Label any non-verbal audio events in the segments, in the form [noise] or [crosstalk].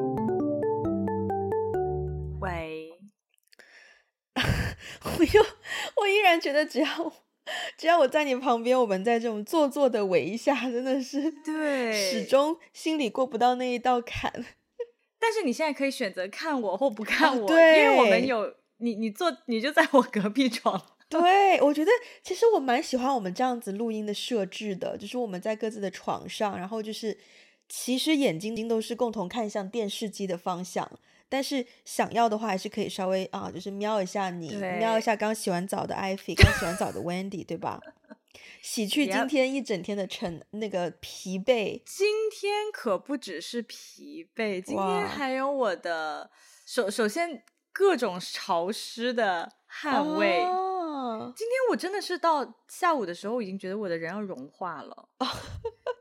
[laughs] 然觉得只要只要我在你旁边，我们在这种做作的围一下，真的是对，始终心里过不到那一道坎。但是你现在可以选择看我或不看我，哦对因为我们有你，你坐你就在我隔壁床。 [laughs] 对，我觉得其实我蛮喜欢我们这样子录音的设置的，就是我们在各自的床上，然后就是其实眼睛都是共同看向电视机的方向，但是想要的话还是可以稍微啊，就是瞄一下你，对瞄一下刚洗完澡的 Ivy，刚洗完澡的 Wendy，对吧？洗去 Yep 今天一整天的沉那个疲惫，今天可不只是疲惫，今哇天还有我的首首先各种潮湿的汗味。哦今天我真的是到下午的时候，已经觉得我的人要融化 [laughs] 了，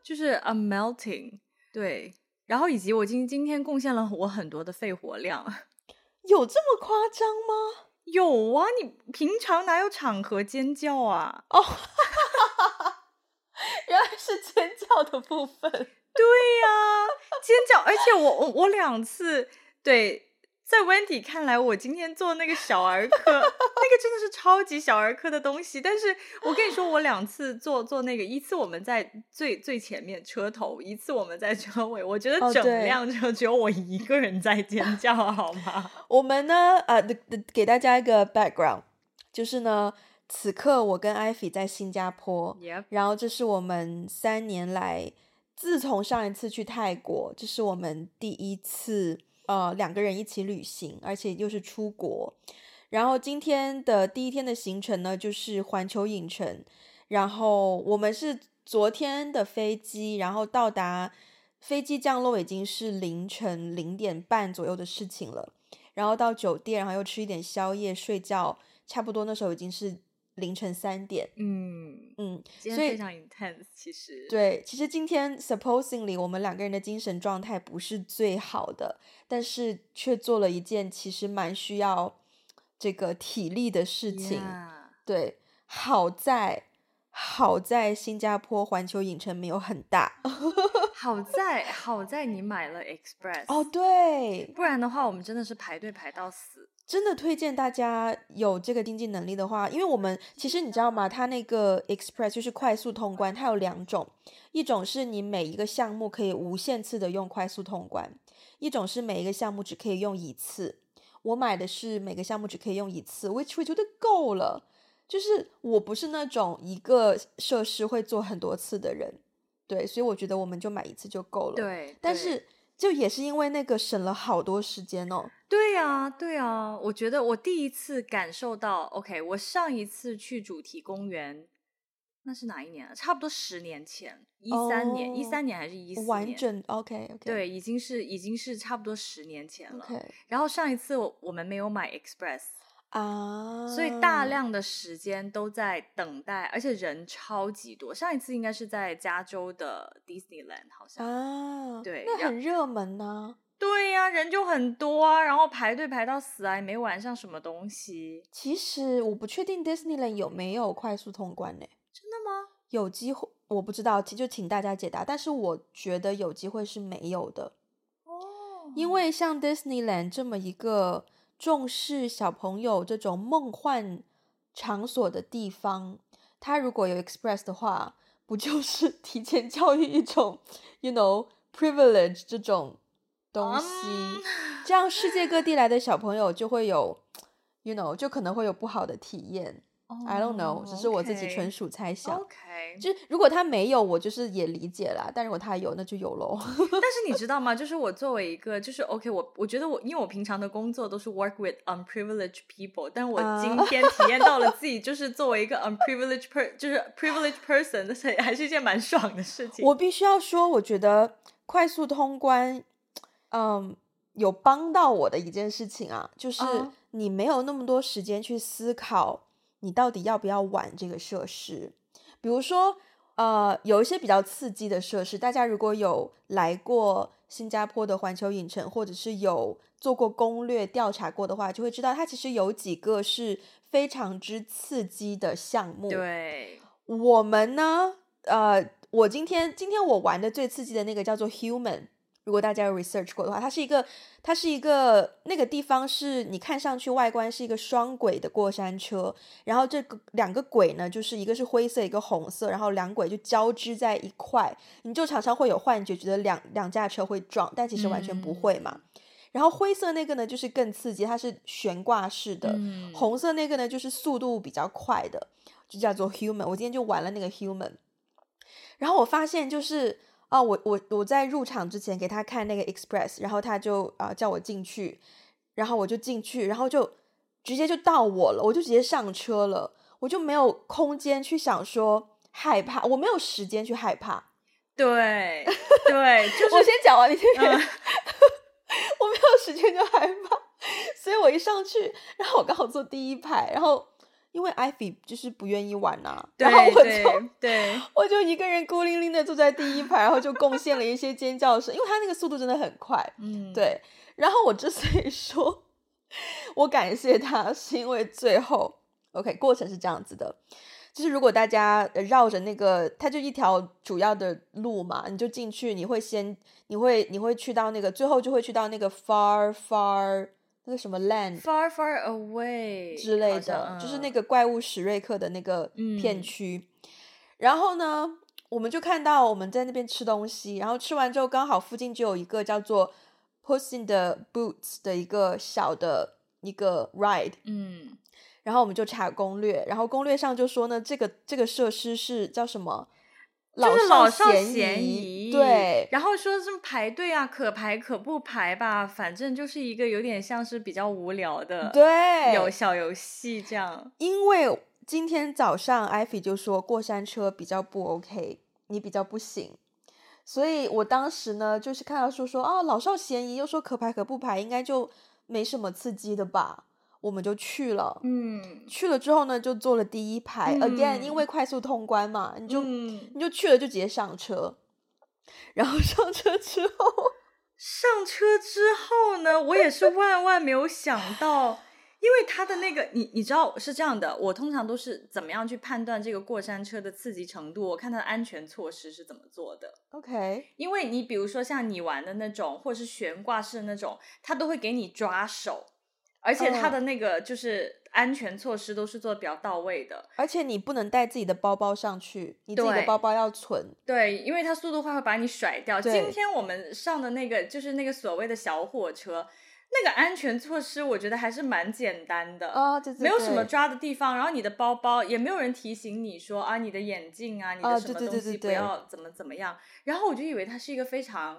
就是 I'm melting。对，然后以及我今今天贡献了我很多的肺活量。有这么夸张 [laughs] 吗？有啊，你平常哪有场合尖叫啊？原来是尖叫的部分。对呀、尖叫！而且我我我两次对，在 Wendy 看来，我今天做那个小儿科，那个真的是超级小儿科的东西。但是我跟你说，我两次做做那个，一次我们在最最前面车头，一次我们在车尾。我觉哦得整对辆车只有我一个人在尖叫，好 [laughs] 吗？我们呢，呃，的的给大家一个 background，就是呢，此刻我跟艾菲在新加坡， yep. 然后这是我们三年来，自从上一次去泰国，这是我们第一次呃两个人一起旅行，而且又是出国。然后今天的第一天的行程呢，就是环球影城，然后我们是昨天的飞机，然后到达飞机降落已经是凌晨零点半左右的事情了。然后到酒店，然后又吃一点宵夜，睡觉，差不多那时候已经是凌晨三点。嗯，嗯，今天所以非常 intense，其实对，其实今天 supposingly 我们两个人的精神状态不是最好的，但是却做了一件其实蛮需要这个体力的事情。 Yeah 对，好在好在新加坡环球影城没有很大。好在好在你买了 Express 哦，对，不然的话，我们真的是排队排到死。真的推荐大家有这个经济能力的话，因为我们其实你知道吗？它那个 express 就是快速通关，它有两种，一种是你每一个项目可以无限次的用快速通关，一种是每一个项目只可以用一次。我买的是每个项目只可以用一次，which 我觉得够了。就是我不是那种一个设施会做很多次的人，对，所以我觉得我们就买一次就够了。，对，但对是就也是因为那个省了好多时间哦。对呀、对呀、我觉得我第一次感受到，OK，我上一次去主题公园，那是哪一年啊？差不多十年前，一三年，一哦三、年还是一四年？完整 OK OK 对，已经是已经是差不多十年前了。 OK 然后上一次我我们没有买 Express，、啊，所以大量的时间都在等待，而且人超级多。上一次应该是在加州的 Disneyland，好像。啊，对那然很热门呢、对呀、人就很多啊，然后排队排到死啊，也没玩上什么东西。其实我不确定 Disneyland 有没有快速通关呢、真的吗？有机会我不知道，其实就请大家解答。但是我觉得有机会是没有的，哦因为像 Disneyland 这么一个重视小朋友这种梦幻场所的地方，它如果有 Express 的话，不就是 [laughs] 提前教育一种，you know privilege 这种东西？嗯这样世界各地来的小朋友就会有，you know 就可能会有不好的体验。I 哦 don't know，只是我自己纯属猜想。 OK，就如果他没有，我就是也理解啦；但如果他有，那就有喽。但是你知道吗？就是我作为一个，就是 OK，我我觉得我，因为我平常的工作都是 work with unprivileged people，但我啊今天体验到了自己，就是作为一个 unprivileged per，就是 privileged person，所以还是一件蛮爽的事情。我必须要说，我觉得快速通关，嗯，有帮到我的一件事情啊，就是嗯你没有那么多时间去思考你到底要不要玩这个设施。比如说，呃，有一些比较刺激的设施，大家如果有来过新加坡的环球影城，或者是有做过攻略调查过的话，就会知道它其实有几个是非常之刺激的项目。。对，我们呢，呃，我今天今天我玩的最刺激的那个叫做 Human，如果大家有 research 过的话，它是一个，它是一个那个地方是你看上去外观是一个双轨的过山车，然后这个两个轨呢，就是一个是灰色，一个红色，然后两轨就交织在一块，你就常常会有幻觉，觉得两两架车会撞，但其实完全不会嘛。然后灰色那个呢，就是更刺激，它是悬挂式的；嗯红色那个呢，就是速度比较快的，就叫做 human。我今天就玩了那个 human，然后我发现就是啊、我我我在入场之前给他看那个 express，然后他就啊、叫我进去，然后我就进去，然后就直接就到我了，我就直接上车了，我就没有空间去想说害怕，我没有时间去害怕。对对，就是我先讲完，你先别嗯 [laughs] 我没有时间就害怕， [laughs] 所以我一上去，然后我刚好坐第一排，然后因为艾菲就是不愿意玩呐、对 [laughs] 然后我对就对 [laughs] 我就一个人孤零零的坐在第一排，然后就贡献了一些尖叫声，因为他那个速度真的很快。嗯，对，然后我之所以说我感谢他，是因为最后 OK 过程是这样子的，就是如果大家呃绕着那个，它就一条主要的路嘛，你就进去，你会先你会你会去到那个，最后就会去到那个 far far 那个什么 land ，far far away 之类好的，像就是嗯那个怪物史瑞克的那个片嗯区。然后呢，我们就看到我们在那边吃东西，然后吃完之后刚好附近就有一个叫做 Puss in the Boots 的一个小的一个 ride，嗯然后我们就查攻略，然后攻略上就说呢，这个这个设施是叫什么？就是老少咸宜，宜，对，然后说什么排队啊，可排可不排吧，反正就是一个有点像是比较无聊的，，对，有小游戏这样。因为今天早上艾菲就说过山车比较不 OK，你比较不行，所以我当时呢就是看到说说啊老少咸宜，又说可排可不排，应该就没什么刺激的吧，我们就去了。嗯去了之后呢，就坐了第一排。Again，因嗯为快速通关嘛，你就、嗯，你就去了，就直接上车。然后上车之 [laughs] 后，上车之后呢，我也是万万没有想到。因为它的那个，你你知道是这样的，我通常都是怎么样去判断这个过山车的刺激程度？我看它的安全措施是怎么做的。 OK，因为你比如说像你玩的那种，或者是悬挂式的那种，它都会给你抓手，而且它嗯的那个就是安全措施都是做的比较到位的。而且你不能带自己的包包上去，你自己的对包包要存。对，因为它速度快会把你甩掉。对今天我们上的那个就是那个所谓的小火车，那个安全措施我觉得还是蛮简单的。啊、对对没有什对么抓的地方，然后你的包包也没有人提醒你说啊，你的眼镜啊，你啊的什对么对对东对西不对要怎么怎么样，然后我就以为它是一个非常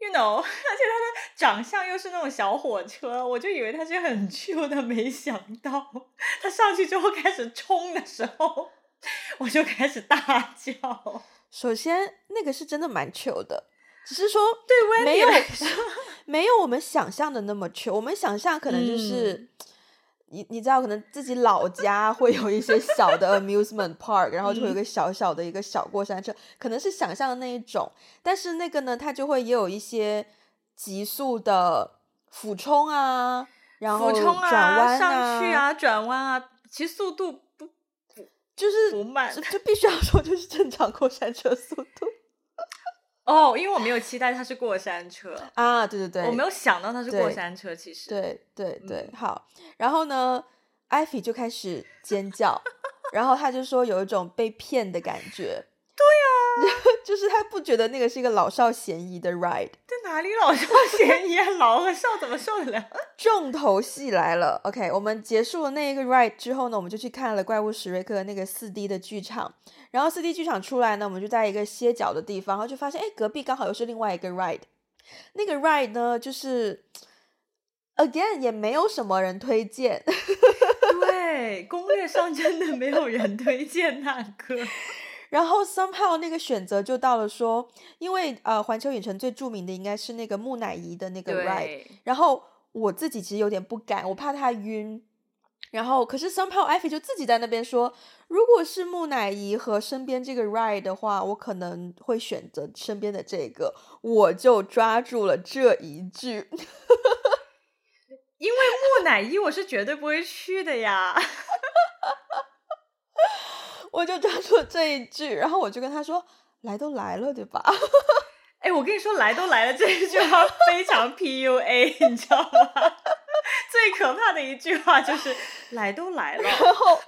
，you know，而且 [laughs] 它的长相又是那种小火车，我就以为它是很 [laughs] Q 的，没想到它上去之后开始冲的时候，我就开始大 [laughs] 叫。首先，那个是真的蛮 chill 的，只是说对 w e 没有说，没有我们想象的那么 chill。我们想象可能就是，嗯你你知道，可能自己老家会有一些小的 amusement park，然后嗯就会有一个小小的一个小过山车，可能是想象的那一种。但是那个呢，它就会也有一些急速的俯冲啊，然后俯冲啊，转弯上去，啊，转弯啊，其实速度不就是不慢就就必须要说就是正常过山车速 [laughs] 度哦，因为我没有期待它是过山车。啊，对对对，我没有想到它是过对山车，其实。对对对，嗯好。然后呢，艾菲就开始尖叫，然后他就说有一种被骗的感觉。对呀、 [laughs] 就是他不觉得那个是一个老少咸宜的 ride。这哪里老少咸宜啊？ [laughs] 老和少怎么受得 [laughs] 了？重头戏来了，OK，我们结束了那一个 ride 之后呢，我们就去看了《怪物史瑞克》那个四 D 的剧场，然后四 D 剧场出来呢，我们就在一个歇脚的地方，然后就发现，哎，隔壁刚好又是另外一个 ride，那个 ride 呢，就是 again 也没有什么人推荐，对，攻略上真的没有人推荐那 [laughs] 个。然后 somehow 那个选择就到了说，因为呃环球影城最著名的应该是那个木乃伊的那个 ride，对，然后我自己其实有点不敢，我怕它晕。然后可是 somehow 艾菲就自己在那边说，如果是木乃伊和身边这个 ride 的话，我可能会选择身边的这个，我就抓住了这一句。 [laughs] 因为木乃伊我是绝对不会去的呀。我就抓住了这一句，然后我就跟他说：“来都来了，对吧？”哎，我跟你说，来都来了，这一句话非常 PUA，你知 [laughs] 道吗？最可怕的一句话就是“来都来 [laughs] 了然后，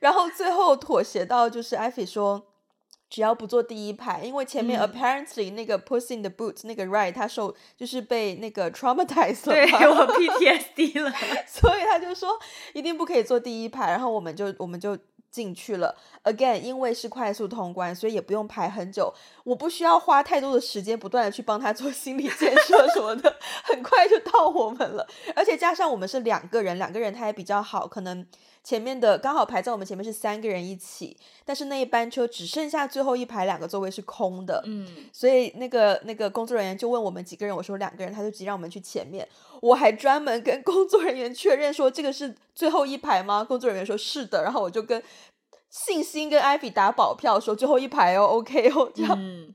然后最后妥协到就是艾菲说，只要不坐第一排，因为前面嗯 apparently 那个 Puss in the Boots 那个 Ride 他受就是被那个 [laughs] traumatized ”，了对嘛，我 PTSD 了。 [laughs] 所以他就说一定不可以坐第一排，然后我们就我们就进去了。Again，因为是快速通关，所以也不用排很久，我不需要花太多的时间不断的去帮他做心理建设什么的， [laughs] 很快就到我们了。而且加上我们是两个人，两个人他也比较好，可能前面的刚好排在我们前面是三个人一起，但是那一班车只剩下最后一排两个座位是空的， [laughs] 嗯，所以那个那个工作人员就问我们几个人，我说两个人，他就急让我们去前面。我还专门跟工作人员确认说这个是最后一排吗？工作人员说是的，然后我就跟信心跟艾比打保票说最后一排哦，OK [laughs] 哦，这样。嗯，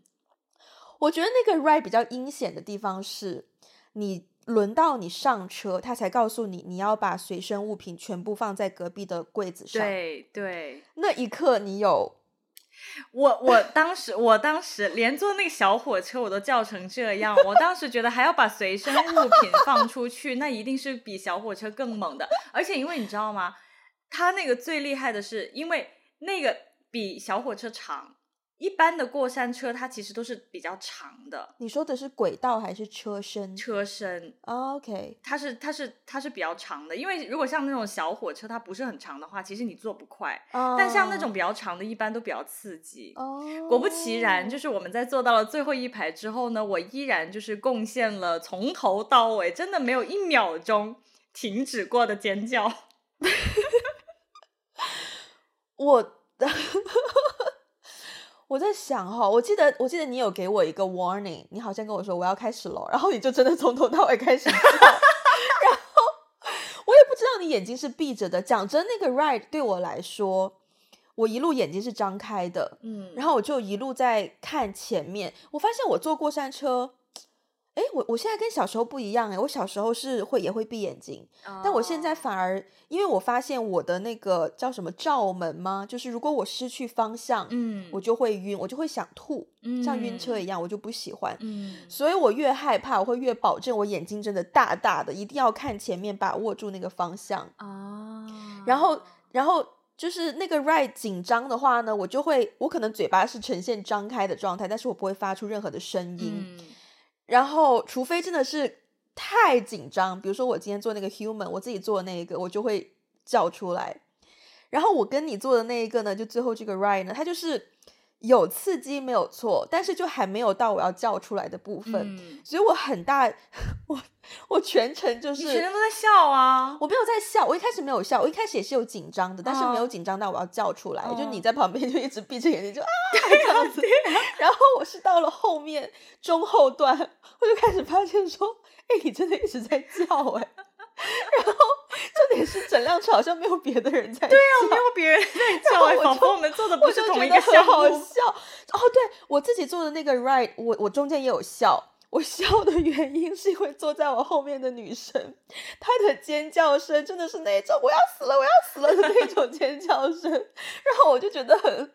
我觉得那个 ride 比较阴险的地方是，你轮到你上车，他才告诉你你要把随身物品全部放在隔壁的柜子上。对对。那一刻你有我我当时我当时连坐那个小火车我都叫成这样，我当时觉得还要把随身物品放出去，那一定是比小火车更猛的。而且因为你知道吗，它那个最厉害的是，因为那个比小火车长。一般的过山车它其实都是比较长的你说的是轨道还是车身车身， ？OK，它是它是它是比较长的，因为如果像那种小火车它不是很长的话，其实你坐不快。但像那哦种比较长的，一般都比较刺激。哦，果不其然，就是我们在坐到了最后一排之后呢，我依然就是贡献了从头到尾，真的没有一秒钟停止过的尖叫。 [laughs] 我 [laughs] 我在想哈、我记得我记得你有给我一个 warning，你好像跟我说我要开始了，然后你就真的从头到尾开始叫， [laughs] 然后我也不知道你眼睛是闭着的。讲真，那个 ride 对我来说，我一路眼睛是张开的，嗯然后我就一路在看前面。我发现我坐过山车。哎，我我现在跟小时候不一样哎，我小时候是会也会闭眼睛，但我现在反而，因为我发现我的那个叫什么罩门吗？就是如果我失去方向，嗯，我就会晕，我就会想吐，像晕车一样，我就不喜欢。嗯，所以我越害怕，我会越保证我眼睛真的大大的，一定要看前面，把握住那个方向。嗯 [laughs] 啊，然后，然后就是那个 ride 紧张的话呢，我就会，我可能嘴巴是呈现张开的状态，但是我不会发出任何的声音。嗯然后，除非真的是太紧张，比如说我今天做那个 human，我自己做的那一个，我就会叫出来。然后我跟你做的那一个呢，就最后这个 ride 呢，它就是有刺激没有错，但是就还没有到我要叫出来的部分，嗯，所以我很大， [laughs] 我我全程就你全是程都在笑啊，我没有在笑，我一开始没有笑，我一开始也是有紧张的，但是没有紧张到我要叫出来，就嗯你在旁边就一直闭着眼睛就啊这样子，然后我是到了后面中后段，我就开始发现说，哎，你真的一直在叫哎、 [laughs] 然后重点是整辆车好像没有别的人在对对啊，没有别人在叫，后哎 [laughs] 我仿就佛我们做的我不就是觉同一得个很项好目。笑。哦，对我自己做的那个 ride，我我中间也有笑。我笑的原因是因为坐在我后面的女生，她的尖叫声真的是那种“我要死了，我要死了”的那种尖叫声，然后我就觉得很，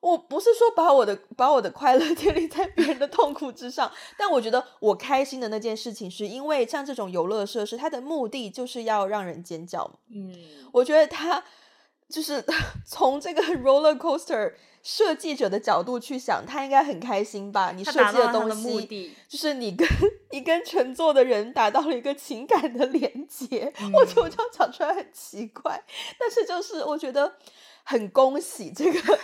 我不是说把我的把我的快乐建立在别人的痛苦之上，但我觉得我开心的那件事情，是因为像这种游乐设施，它的目的就是要让人尖叫嘛。嗯，我觉得他就是 [laughs] 从这个 roller coaster 设计者的角度去想，他应该很开心吧？你他设达计到了他东的目西，的，就是你跟你跟乘坐的人达到了一个情感的连接。 [laughs] 我觉得我嗯这样讲出来很奇怪，但是就是我觉得很恭喜这个。 [laughs]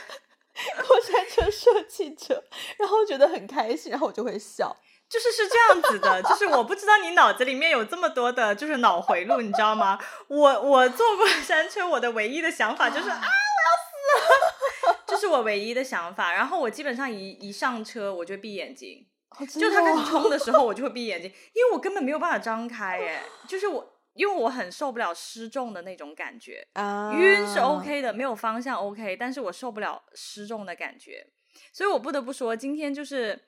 过山车设计者，然后觉得很开心，然后我就会笑。就是是这样子的，就是我不知道你脑子里面有这么多的，就是脑回路，你知道吗？我我坐过山车，我的唯一的想法就是啊，我要死了， [laughs] 这是我唯一的想法。然后我基本上一一上车，我就闭眼睛，哦真就的他开哦始冲的时候，我就会闭眼睛，因为我根本没有办法张开，哎，就是我。因为我很受不了失重的那种感觉，啊，晕是 OK 的，没有方向 OK，但是我受不了失重的感觉，所以我不得不说，今天就是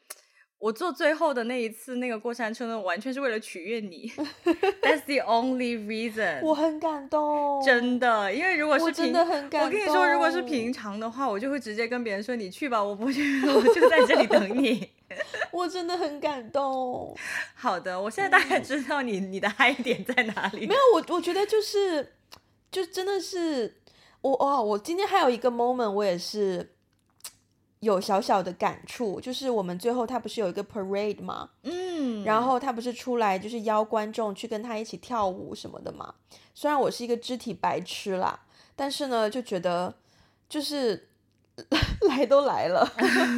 我坐最后的那一次那个过山车呢，完全是为了取悦 [laughs] 你，That's the only reason。我很感动，真的，因为如果是我平，真的很感动。我跟你说，如果是平常的话，我就会直接跟别人说你去吧，我不去，我就在这里等你。 [laughs] 我真的很感动。好的，我现在大概知道你、你的嗨点在哪里。嗯没有我，我觉得就是，就真的是我哦，我今天还有一个 moment，我也是有小小的感触，就是我们最后他不是有一个 parade 嘛，嗯，然后他不是出来就是邀观众去跟他一起跳舞什么的嘛。虽然我是一个肢体白痴啦，但是呢，就觉得就是 [laughs] 来都来了，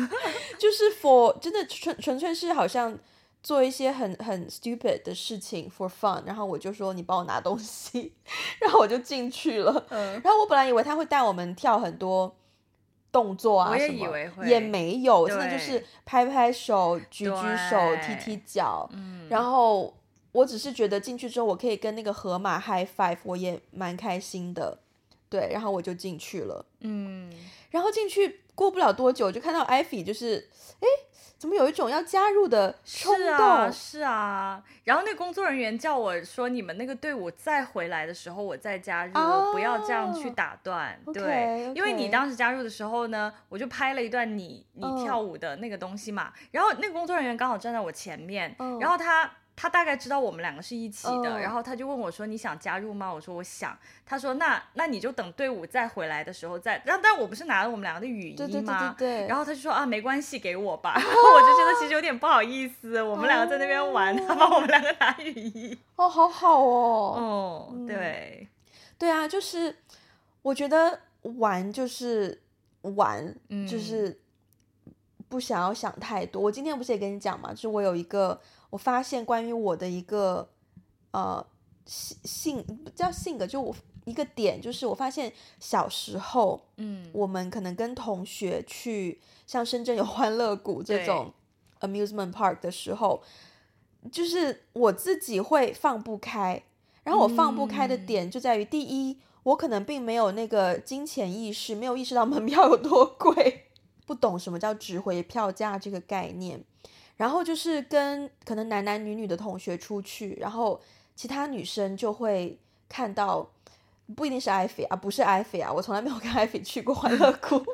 [laughs] 就是 for 真的纯纯粹是好像做一些很很 stupid 的事情 for fun，然后我就说你帮我拿东西， [laughs] 然后我就进去了。嗯，然后我本来以为他会带我们跳很多动作啊我也什么以为会也没有，真的就对是拍拍手、举举手、踢对踢脚。嗯然后我只是觉得进去之后，我可以跟那个河马 high five，我也蛮开心的。对，然后我就进去了。嗯，然后进去过不了多久，就看到艾菲就是，哎，怎么有一种要加入的冲是动？啊，是啊。然后那工作人员叫我说，你们那个队伍再回来的时候，我再加入，哦不要这样去打断。对 OK，OK 因为你当时加入的时候呢，我就拍了一段你你嗯跳舞的那个东西嘛。然后那个工作人员刚好站在我前面，嗯然后他。他大概知道我们两个是一起的，嗯然后他就问我说：“你想加入吗？”我说：“我想。”他说：“那那你就等队伍再回来的时候再……但但我不是拿了我们两个的雨衣吗？对对对对对。然后他就说啊，没关系，给我 [laughs] 吧。然后我就觉得其实有点不好意思，我们两个在那边玩，他帮我们两个拿雨衣。哦，好好 [laughs] 哦哦。嗯，对，对啊，就是我觉得玩就是玩，嗯就是不想要想太多。我今天不是也跟你讲嘛，就是我有一个我发现关于我的一个呃性性不叫性格，就我一个点，就是我发现小时候嗯，我们可能跟同学去像深圳有欢乐谷这对种 amusement park 的时候，就是我自己会放不开。然后我放不开的嗯点就在于，第一，我可能并没有那个金钱意识，没有意识到门票有多贵，不懂什么叫值回票价这个概念。然后就是跟可能男男女女的同学出去，然后其他女生就会看到，不一定是艾菲啊，不是艾菲啊，我从来没有跟艾菲去过欢乐谷。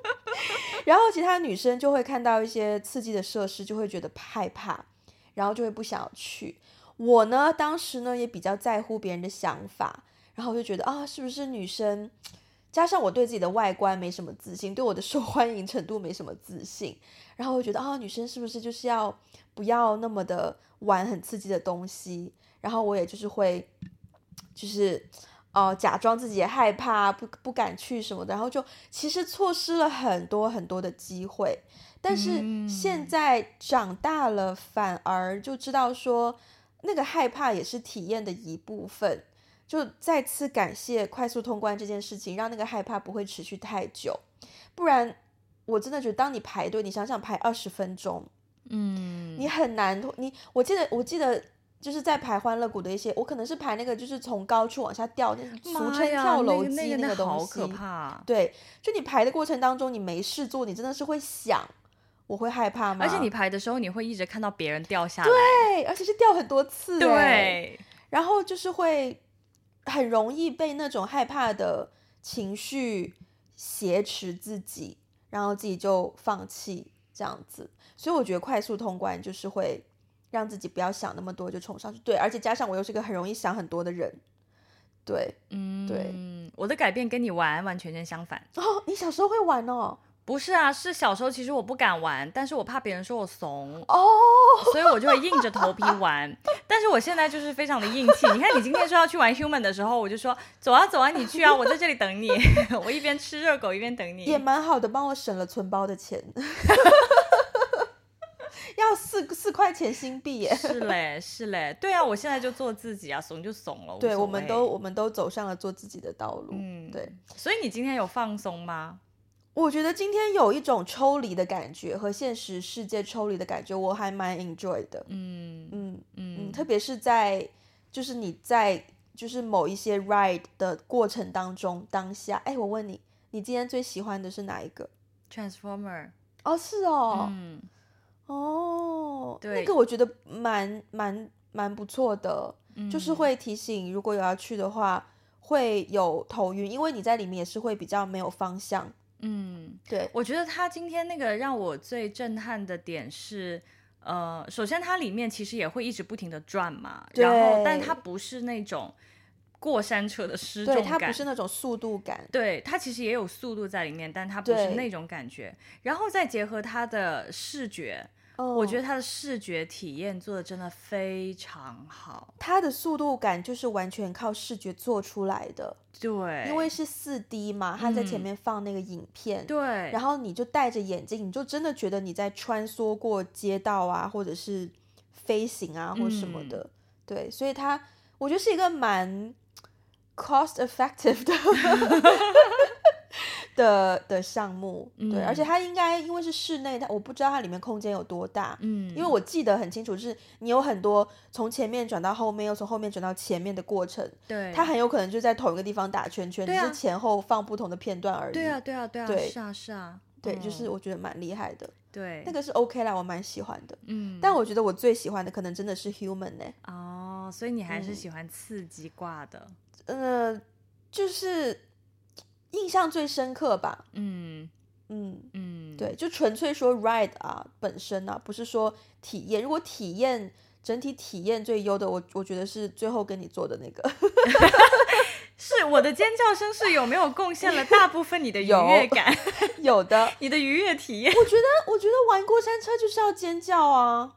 然后其他女生就会看到一些刺激的设施，就会觉得害怕，然后就会不想去。我呢，当时呢也比较在乎别人的想法，然后我就觉得啊，是不是女生？加上我对自己的外观没什么自信，对我的受欢迎程度没什么自信，然后我觉得啊，女生是不是就是要不要那么的玩很刺激的东西？然后我也就是会，就是呃假装自己也害怕，不不敢去什么的，然后就其实错失了很多很多的机会。但是嗯现在长大了，反而就知道说，那个害怕也是体验的一部分。就再次感谢快速通关这件事情，让那个害怕不会持续太久，不然我真的觉得，当你排队，你想想排二十分钟，嗯你很难脱你。我记得我记得就是在排欢乐谷的一些，我可能是排那个就是从高处往下掉，那俗称跳楼机那个东好西。可怕。对，就你排的过程当中，你没事做，你真的是会想，我会害怕吗？而且你排的时候，你会一直看到别人掉下来。对，而且是掉很多次，对，哎然后就是会很容易被那种害怕的情绪挟持自己，然后自己就放弃这样子。所以我觉得快速通关就是会让自己不要想那么多，就冲上去。对，而且加上我又是个很容易想很多的人。对，嗯，对。我的改变跟你完完全全相反，哦，你小时候会玩哦？不是啊，是小时候其实我不敢玩，但是我怕别人说我怂，哦，所以我就会硬着头皮玩。 [laughs] 但是我现在就是非常的硬气。你看，你今天说要去玩 human 的时候，我就说走啊走啊，你去啊，我在这里等你。 [laughs] 我一边吃热狗一边等也你。蛮好的，帮我省了存包的钱， [laughs] 要四四块钱新币耶。是嘞，是嘞，对啊，我现在就做自己啊，怂就怂了。 [laughs] 无对，所我们谓都我们都走上了做自己的道路。嗯对。所以你今天有放松吗？我觉得今天有一种抽离的感觉，和现实世界抽离的感觉，我还蛮 enjoy 的。嗯嗯嗯，嗯，特别是在就是你在就是某一些 ride 的过程当中，当下，哎，我问你，你今天最喜欢的是哪一个？ transformer。哦，是哦，嗯，哦，那对个我觉得蛮蛮蛮不错的，就是嗯会提醒，如果有要去的话，会有头晕，因为你在里面也是会比较没有方向。嗯。对，我觉得他今天那个让我最震撼的点是，呃，首先它里面其实也会一直不停的转嘛，对然后但它不是那种过山车的失重对，感，它不是那种速度感，对它其实也有速度在里面，但它不是对那种感觉。然后再结合它的视觉，我觉得得它的视觉体验做的真的非常好。它的速度感就是完全靠视觉做出来的，对，因为是四 D 嘛，它在嗯前面放那个影片，对，然后你就戴着眼镜，你就真的觉得你在穿梭过街道啊，或者是飞行啊，或什么嗯的。对，所以它我觉得是一个蛮 cost effective 的 [laughs] 的的项目。对，而且嗯它应该因为是室内，它我不知道它里面空间有多大。嗯，因为我记得很清楚，是你有很多从前面转到后面，又从后面转到前面的过程，对它很有可能就在同一个地方打圈圈，对只啊是前后放不同的片段而已。对啊，对啊，对啊，对是啊，是啊，对，就是嗯我觉得蛮厉害的，对那个是 OK 啦，我蛮喜欢的。嗯，但我觉得我最喜欢的可能真的是 Human 呢、哦，所以你还是嗯喜欢刺激挂的，呃，就是印象最深刻吧。嗯嗯，嗯，对，就纯粹说 ride 啊本身啊，不是说体验。如果体验整体体验最优的，我我觉得是最后跟你做的那个。 [laughs] 是我的尖叫声是有没有贡献了大部分你的愉有悦 [laughs] 感，有的，你的愉悦体验？我觉得我觉得玩过山车就是要尖叫啊。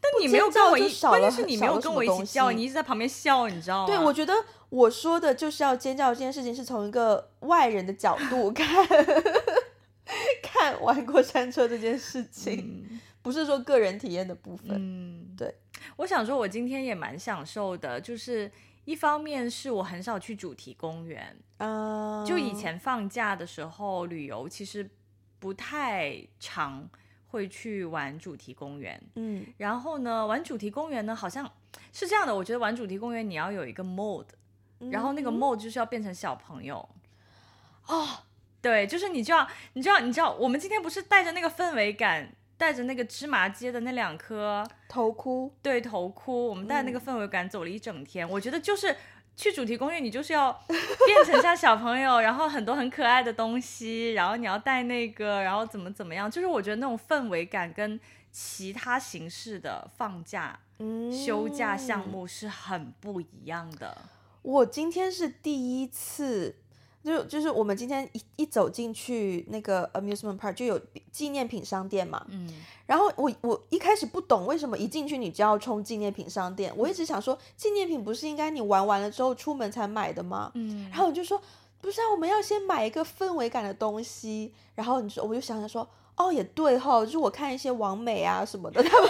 但你没有跟我尖叫一就，少关键了是你少没有了什跟么我一起东叫，西你一直在旁边笑，你知道吗？对，我觉得我说的就是要尖叫这件事情，是从一个外人的角度看 [laughs] 看玩过山车这件事情，嗯不是说个人体验的部分。嗯，对。我想说，我今天也蛮享受的，就是一方面是我很少去主题公园，啊、就以前放假的时候旅游，其实不太常会去玩主题公园。嗯，然后呢，玩主题公园呢，好像是这样的。我觉得玩主题公园你要有一个 mode，嗯，然后那个 mode 就是要变成小朋友。哦，对，就是你就要，你知道，你知道，我们今天不是带着那个氛围感，带着那个芝麻街的那两颗头哭，对头哭，我们带着那个嗯氛围感走了一整天。我觉得就是去主题公园，你就是要变成像小朋友，然后很多很可爱的东西，然后你要带那个，然后怎么怎么样，就是我觉得那种氛围感跟其他形式的放假、嗯，休假项。目是很不一样的。我今天是第一次，就就是我们今天一一走进去那个 amusement park 就有纪念品商店嘛，嗯，然后我我一开始不懂为什么一进去你就要冲纪念品商店，我一直嗯想说纪念品不是应该你玩完了之后出门才买的吗？嗯然后我就说不是啊，我们要先买一个氛围感的东西。然后你说我就想想说哦也对哈、就是我看一些网美啊什么的， [laughs] 他们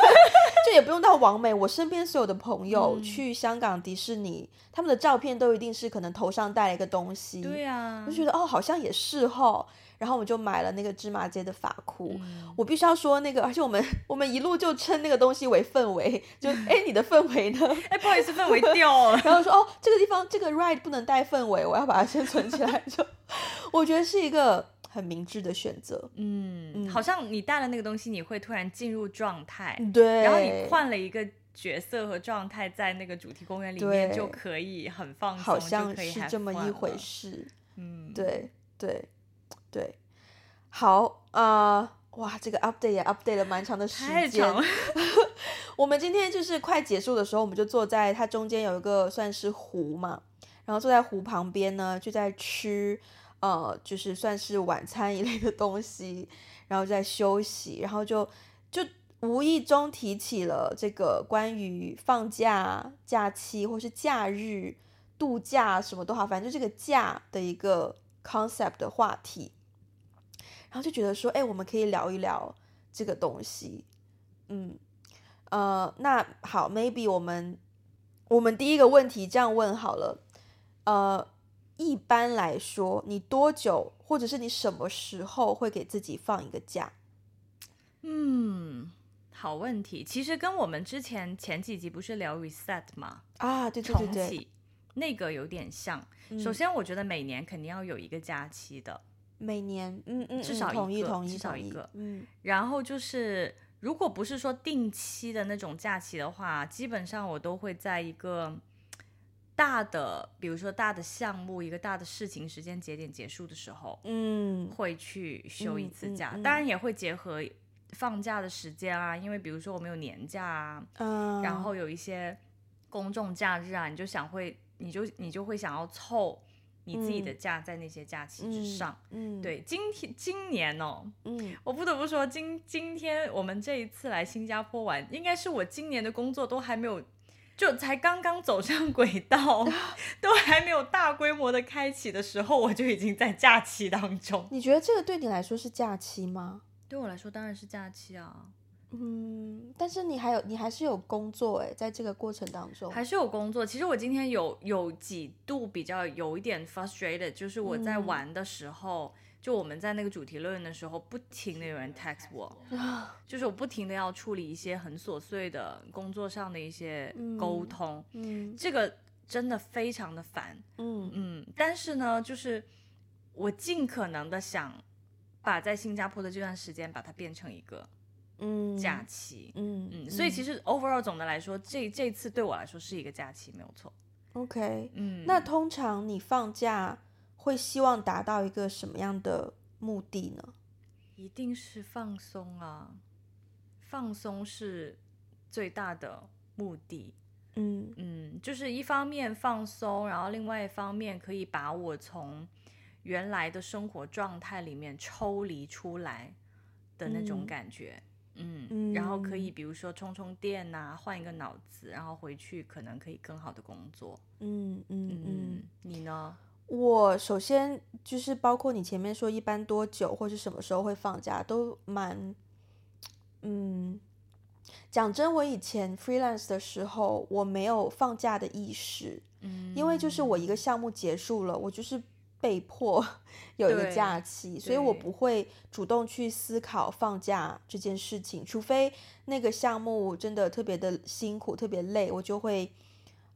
就也不用到网美，我身边所有的朋友、嗯去香港迪士尼，他们的照片都一定是可能头上戴了一个东西，对 [laughs] 啊，我就觉得哦好像也是哈、然后我就买了那个芝麻街的发箍，嗯我必须要说那个，而且我们我们一路就称那个东西为氛围，就哎你的氛围呢？ [laughs] 哎、不好意思，氛围掉了。然后说哦这个地方这个 ride 不能带氛围，我要把它先存起来。 [laughs] 就我觉得是一个很明智的选择，嗯，嗯好像你带了那个东西，你会突然进入状态。对。哎然后你换了一个角色和状态，在那个主题公园里面对就可以很放松，好就像可以是 have 这么一 fun 回了。事，嗯，，对对对。好啊、呃哇，这个 update 也 update 了蛮长的时间，太长了。 [laughs] 我们今天就是快结束的时候，我们就坐在它中间有一个算是湖嘛，然后坐在湖旁边呢，就在吃，呃，就是算是晚餐一类的东西，然后就在休息，然后就就无意中提起了这个关于放假、假期或是假日、度假什么都好，反正就这个假的一个 concept 的话题，然后就觉得说，哎，我们可以聊一聊这个东西，嗯。呃，那好，maybe 我们我们第一个问题这样问好了，呃，一般来说，你多久或者是你什么时候会给自己放一个假？嗯，好问题。其实跟我们之前前几集不是聊 reset 嘛，啊，对对对重对，启那个有点像。嗯首先，我觉得每年肯定要有一个假期的。每年，嗯嗯，至嗯少一同意个同意至少同一意个嗯然后就是，如果不是说定期的那种假期的话，基本上我都会在一个大的，比如说大的项目、一个大的事情时间节点结束的时候，嗯会去休一嗯次嗯假。嗯当然也会结合放假的时间啊，因为比如说我们有年假啊，嗯，然后有一些公众假日啊，你就想会，你就你就会想要凑你自己的假在那些假期之上。嗯嗯，嗯，对，今天今年哦，嗯，我不得不说，今今天我们这一次来新加坡玩，应该是我今年的工作都还没有，就才刚刚走上轨道， [laughs] 都还没有大规模的开启的时候，我就已经在假期当中。你觉得这个对你来说是假期吗？对我来说当然是假期啊，嗯，但是你还有，你还是有工作哎，在这个过程当中，还是有工作。其实我今天有有几度比较有一点 frustrated，就是我在嗯玩的时候，就我们在那个主题论的时候，不停的有人 text 我，就是我不停的要处理一些很琐碎的工作上的一些沟嗯通，嗯这个真的非常的烦。嗯嗯，但是呢，就是我尽可能的想把在新加坡的这段时间把它变成一个嗯，假期。嗯嗯，所以其实实 overall 总的来说，这这次对我来说是一个假期，没有错。 OK，嗯，那通常你放假会希望达到一个什么样的目的呢？一定是放松啊，放松是最大的目的。嗯嗯，就是一方面放松，然后另外一方面可以把我从原来的生活状态里面抽离出来的那种嗯感觉。嗯然后可以嗯比如说充充电呐、换一个脑子，然后回去可能可以更好的工作。嗯嗯嗯，你呢？我首先就是包括你前面说一般多久或是什么时候会放假，都蛮，嗯，讲真，我以前 freelance 的时候，我没有放假的意识，嗯因为就是我一个项目结束了，我就是被迫 [laughs] 有一个对假期，所以我对不会主动去思考放假这件事情，除非那个项目真的特别的辛苦、特别累，我就会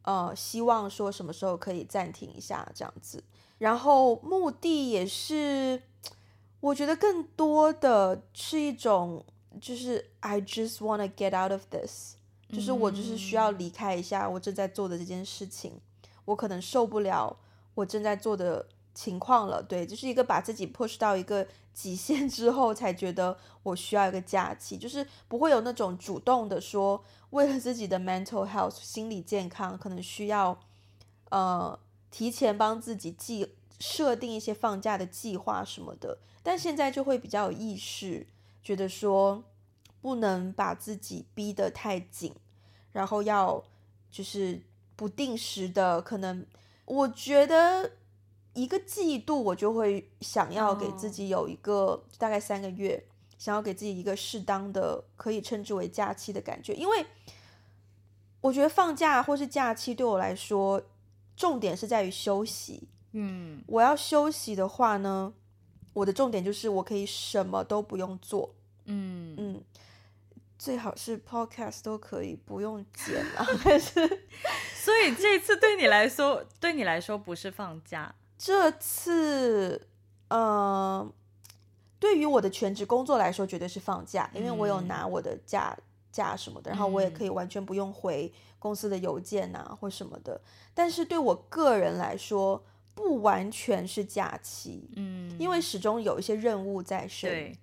呃希望说什么时候可以暂停一下这样子。然后目的也是，我觉得更多的是一种就是 I just wanna get out of this。就是我就是需要嗯离开一下我正在做的这件事情，我可能受不了我正在做的情况了。对，就是一个把自己 push 到一个极限之后，才觉得我需要一个假期，就是不会有那种主动的说为了自己的 mental health 心理健康，可能需要呃提前帮自己计设定一些放假的计划什么的。但现在就会比较有意识，觉得说不能把自己逼得太紧，然后要就是不定时的，可能我觉得一个季度我就会想要给自哦己有一个大概三个月，想要给自己一个适当的可以称之为假期的感觉，因为我觉得放假或是假期对我来说，重点是在于休息。嗯我要休息的话呢，我的重点就是我可以什么都不用做，嗯嗯，嗯，最好是 podcast 都可以不用剪啊， [laughs] 但是 [laughs] 所以这次对你来说，对你来说不是放假，这次，呃，对于我的全职工作来说，绝对是放假，因为我有嗯拿我的假假什么的，然后我也可嗯以完全不用回公司的邮件呐、或什么的。但是对我个人来说，不完全是假期，嗯，因为始终有一些任务在身，对，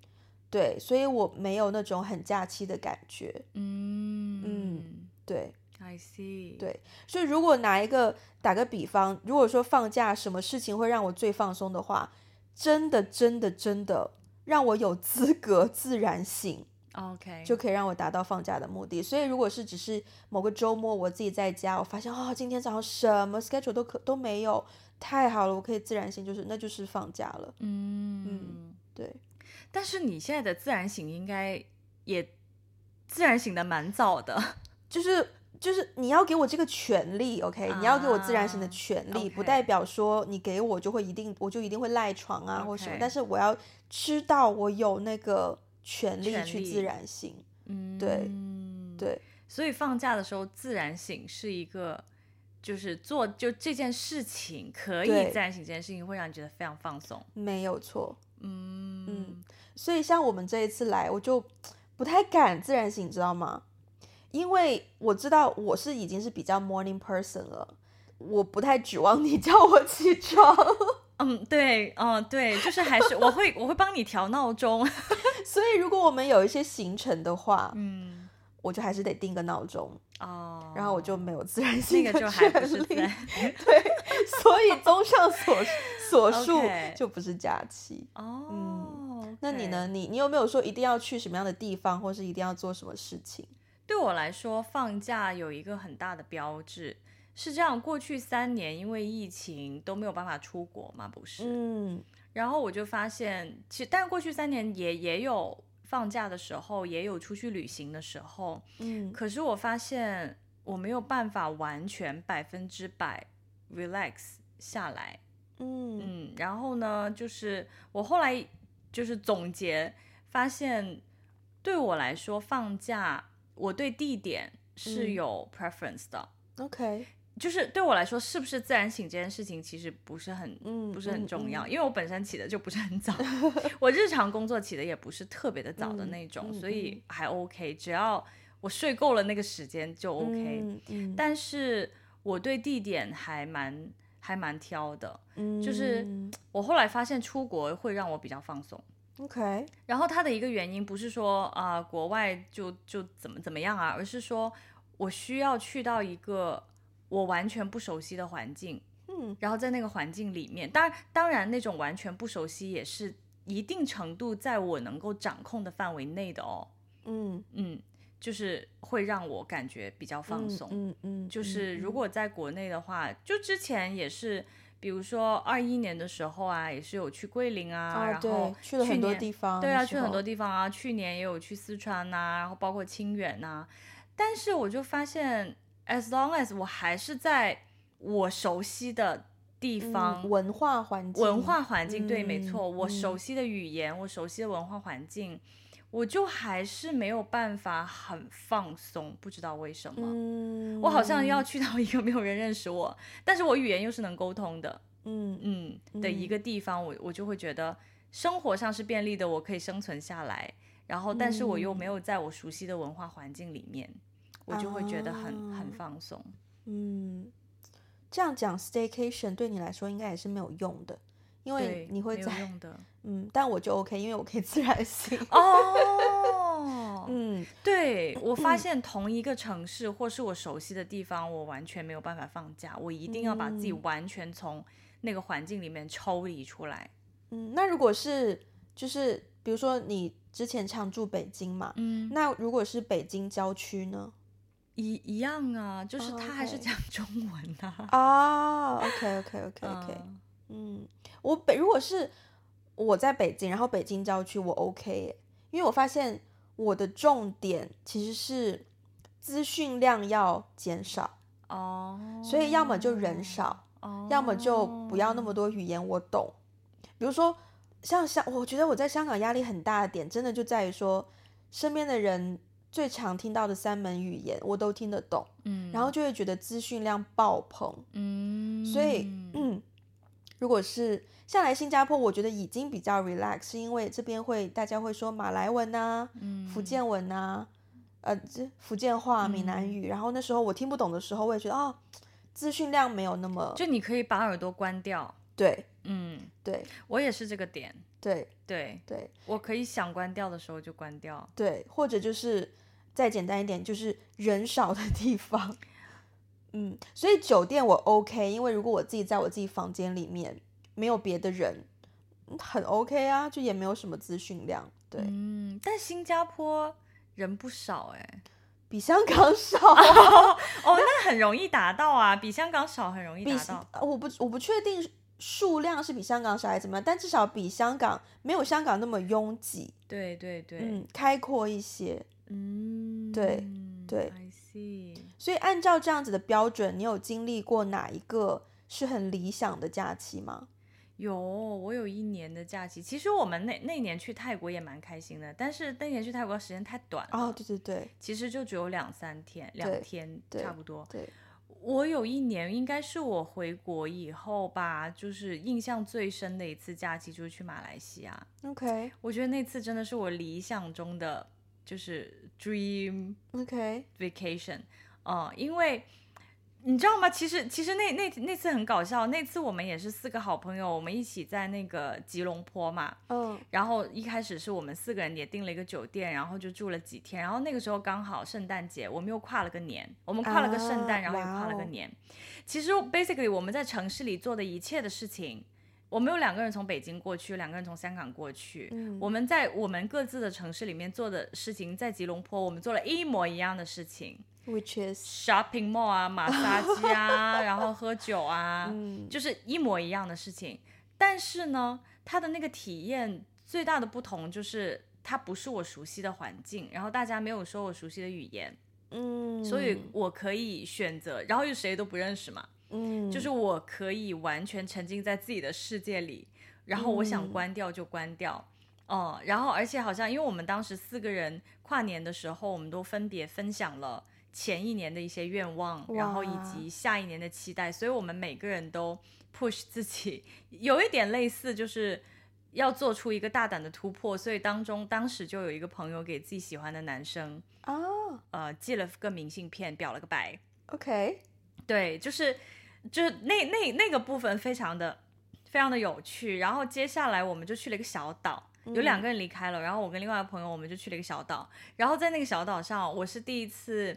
对，所以我没有那种很假期的感觉，嗯对。 I see，对所以如果拿一个打个比方，如果说放假什么事情会让我最放松的话，真的真的真的让我有资格自然醒， ，OK，就可以让我达到放假的目的。所以如果是只是某个周末我自己在家，我发现哦，今天早上什么 schedule 都可都没有，太好了，我可以自然醒，就是那就是放假了。嗯，对，但是你现在的自然醒应该也自然醒的蛮早的，就是就是你要给我这个权利，OK？、你要给我自然醒的啊权利，不 OK 代表说你给我就会一定我就一定会赖床啊或什么， OK 但是我要知道我有那个权利权去利自然醒。嗯，对，对，所以放假的时候自然醒是一个。就是做就这件事情可以对自然醒，这件事情会让你觉得非常放松。没有错。嗯嗯所以像我们这一次来，我就不太敢自然醒，你知道吗？因为我知道我是已经是比较 morning person 了，我不太指望你 [laughs] 叫我起床。 [laughs] 嗯，对，嗯对，就是还是我会我会帮你调闹钟，所以如果我们有一些行程的话，嗯我就还是得定个闹钟，哦，然后我就没有自然 [laughs] 那性个的就还不权是利。在 [laughs] 对，所以综上所所述 OK 就不是假期。哦。嗯那你 OK 呢？你你有没有说一定要去什么样的地方，或是一定要做什么事情？对我来说，放假有一个很大的标志是这样：过去三年因为疫情都没有办法出国嘛，不是？嗯然后我就发现，其实但过去三年也也有放假的时候，也有出去旅行的时候，嗯，可是我发现我没有办法完全百分之百 relax 下来。嗯嗯，然后呢，就是我后来就是总结发现，对我来说放假，我对地点是嗯有 preference 的， ，OK，就是对我来说，是不是自然醒这件事情其实不是很。嗯，不是很重要，嗯，因为我本身起的就不是很 [laughs] 早，我日常工作起的也不是特别的早的嗯那种，嗯所以还 OK，只要我睡够了那个时间就 OK、嗯嗯，但是我对地点还蛮还蛮挑的，就是嗯我后来发现出国会让我比较放松。 OK，然后它的一个原因不是说啊、国外就就怎么怎么样啊，而是说我需要去到一个我完全不熟悉的环境，嗯然后在那个环境里面，当然当然那种完全不熟悉也是一定程度在我能够掌控的范围内的哦，嗯，嗯，就是会让我感觉比较放嗯松。嗯嗯，就是嗯如果在国内的话，就之前也是，比如说二一年的时候啊，也是有去桂林啊，啊，然后对，去了很多年地方，对啊，那去时了很候多地方啊，去年也有去四川呐、然后包括清远呐、但是我就发现，as long as 我还是在我熟悉的地嗯方，文化环境，文化环境，对，没嗯错，我熟嗯悉的语言，我熟悉的文化环境，我就还是没有办法很放松，不知道为什么。嗯，我好像要去到一个没有人认识我，但是我语言又是能沟通的，嗯嗯的一嗯个地方，我我就会觉得生活上是便利的，我可以生存下来，然后但是我嗯又没有在我熟悉的文化环境里面，我就会觉得很、很啊放松。嗯，这样讲 staycation 对你来说应该也是没有用的，因为对，你会没有在用 [laughs] 的嗯，但我就 OK，因为我可以自然醒。 [laughs] 哦，嗯， [laughs] 对我发现同一个城市或是我熟悉的地方，我完全没有办法放假，我一定要把自己嗯完全从那个环境里面抽离出来。嗯，那如果是就是比如说你之前常住北京嘛，嗯那如果是北京郊区呢？一一样啊，就是哦他还是，OK 讲中文啊。啊，OK OK OK [laughs] [laughs] OK，嗯嗯，我北如果是我在北京，然后北京郊区我 OK，耶因为我发现我的重点其实是资讯量要减少，哦，所以要么就人少，哦，要么就不要那么多语言我懂。比如说像香，我觉得我在香港压力很大的点，真的就在于说身边的人最常听到的三门语言我都听得懂，嗯，然后就会觉得资讯量爆棚。嗯，所以，嗯， [clears throat] 如果是像来新加坡，我觉得已经比较 relax，是因为这边会大家会说马来文呐、嗯，福建文呐、呃，这福建话、闽南嗯语。然后那时候我听不懂的时候，我也觉得哦，资讯量没有那么就你可以把耳朵关掉，对嗯，对我也是这个点，对对对我可以想关掉的时候就关掉。对，或者就是再简单一点，就是人少的地方。 [laughs] 嗯，所以酒店我 OK，因为如果我自己在我自己房间里面没有别的人，嗯很 OK 啊，就也没有什么资讯量，对、嗯，但新加坡人不少哎、比香港 [laughs] [laughs] 少，哦，那很容易达到啊，比香港少很容易比达到。呃我不我不确定数量是比香港少还是怎么样，但至少比香港没有香港那么拥挤，对对对，嗯，开阔一些。嗯，对对，I see。所以按照这样子的标准，你有经历过哪一个是很理想的假期吗？有，我有一年的假期。其实我们那那年去泰国也蛮开心的，但是那年去泰国时间太短了，哦，对对对其实就只有两三天，两对天对差不多。对，我有一年，应该是我回国以后吧，就是印象最深的一次假期，就是去马来西亚。 OK 我觉得那次真的是我理想中的，就是 dream OK， vacation 呃哦、因为你知道吗？其实其实那那那次很搞笑，那次我们也是四个好朋友，我们一起在那个吉隆坡嘛，嗯然后一开始是我们四个人也订了一个酒店，然后就住了几天。然后那个时候刚好圣诞节，我们又跨了个年，我们跨了个圣诞，啊然后又跨了哇个哦年。其实 basically 我们在城市里做的一切的事情，我们有两个人从北京过去，两个人从香港过去。嗯我们在我们各自的城市里面做的事情，在吉隆坡我们做了一模一样的事情，which is ，shopping mall 啊，马杀鸡啊，然后喝酒啊， [laughs] 嗯就是一模一样的事情。但是呢，它的那个体验最大的不同就是它不是我熟悉的环境，然后大家没有说我熟悉的语言，嗯，所以我可以选择，然后又谁都不认识嘛，嗯就是我可以完全沉浸在自己的世界里，然后我想嗯关掉就关掉。哦、然后而且好像因为我们当时四个人跨年的时候，我们都分别分享了前一年的一些愿望，然后以哇及下一年的期待，所以我们每个人都 push 自己，有一点类似就是。要做出一个大胆的突破，所以当中当时就有一个朋友给自己喜欢的男生，啊呃，寄了个明信片，表了个白， ，OK，对，就是就是那那那个部分非常的非常的有趣。然后接下来我们就去了一个小岛，有两个人离开了，然后我跟另外一个朋友我们就去了一个小岛。然后在那个小岛上，我是第一次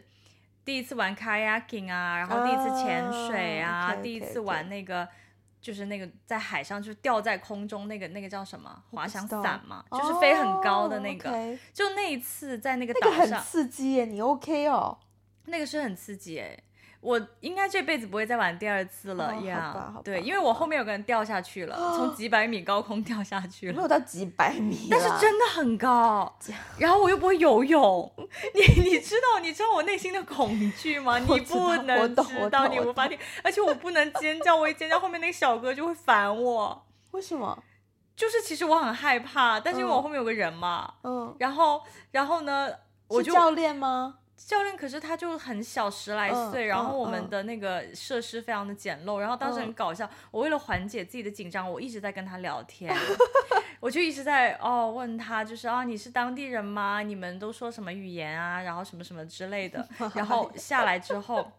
第一次玩 kayaking 啊，然后第一次潜水啊，哦，OK，OK，OK 第一次玩那个。就是那个在海上，就是吊在空中那个那个叫什么滑翔伞嘛，就是飞很高的那个。哦，OK 就那一次在那个那岛个上，很刺激耶，你 OK 哦？那个是很刺激哎、我应该这辈子不会再玩第二次了哦好吧呀好。吧哦对，好因为我后面有个人掉下去了，从几百米高空掉下去没了，有到几百米啦，但是真的很高。然后我又不会游泳，你你知道你知道我内心的恐惧吗？ [laughs] 我你知道不我能懂知我道，懂你我无法听，而且我不能尖叫，我一尖叫后面那个小哥就会烦我。为什么？就是其实我很害怕，但是因为我嗯后面有个人嘛，嗯，然后然后呢，我是就教练吗？教练可是他就很小十来岁，嗯然后嗯我们嗯的那个设施非常的简陋，然后当时很嗯搞笑。我为了缓解自己的紧张，我一直在跟他聊天， [laughs] 我就一直在哦问他，就是啊你是当地人吗？你们都说什么语言啊？然后什么什么之类 [laughs] 的。然后下来之后，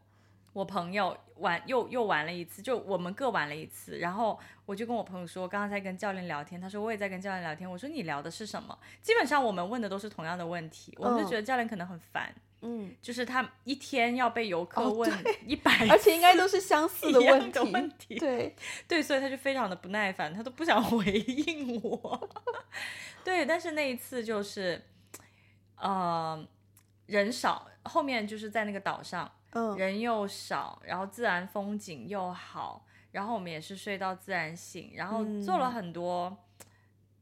我朋友玩又又玩了一次，就我们各玩了一次。然后我就跟我朋友说，我刚刚在跟教练聊天，他说我也在跟教练聊天。我说你聊的是什么？基本上我们问的都是同样的问题，我们就嗯觉得教练可能很烦。嗯，就是他一天要被游客哦问一百、而且应该都是相似哎一样问的题，问题对，对，所以他就非常的不耐烦，他都不想回应我。 [laughs] 对，但是那一次就是，呃，人少，后面就是在那个岛上，嗯，人又少，然后自然风景又好，然后我们也是睡到自然醒，然后做了嗯很多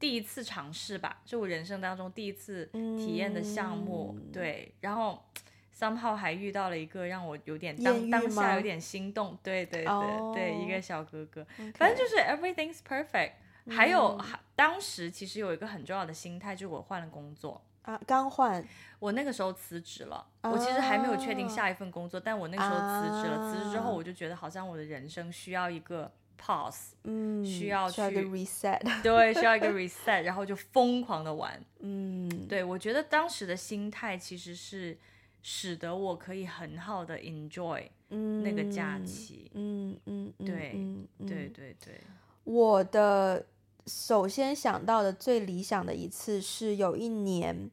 第一次尝试吧，就我人生当中第一次体验的项目，嗯对，然后 somehow 还遇到了一个让我有点艳当遇当下有吗点心动，对对对、对，一个哦小哥哥，反正就是 everything's perfect。还嗯有，还当时其实有一个很重要的心态，就是我换了工作，啊，刚换，我那个时候辞职了，我其实还没有确定啊下一份工作，但我那个时候辞职了。辞职之后，啊我就觉得好像我的人生需要一个 pause， [laughs] 嗯，需要需要一个去 reset，对，需要一个 reset，然后就疯狂的玩。嗯，对我觉得当时的心态其实是使得我可以很好的 enjoy 嗯，那个假期。嗯，嗯嗯，对嗯，嗯对对对，我的首先想到的最理想的一次是有一年，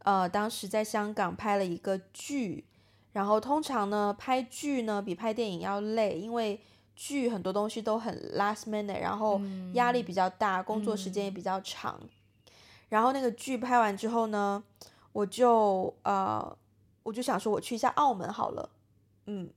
呃，当时在香港拍了一个剧，然后通常呢拍剧呢比拍电影要累，因为剧很多东西都很 last minute，然后压力比较大，工作时间也比较长。然后那个剧拍完之后呢，我就呃，我就想说我去一下澳门好了，嗯。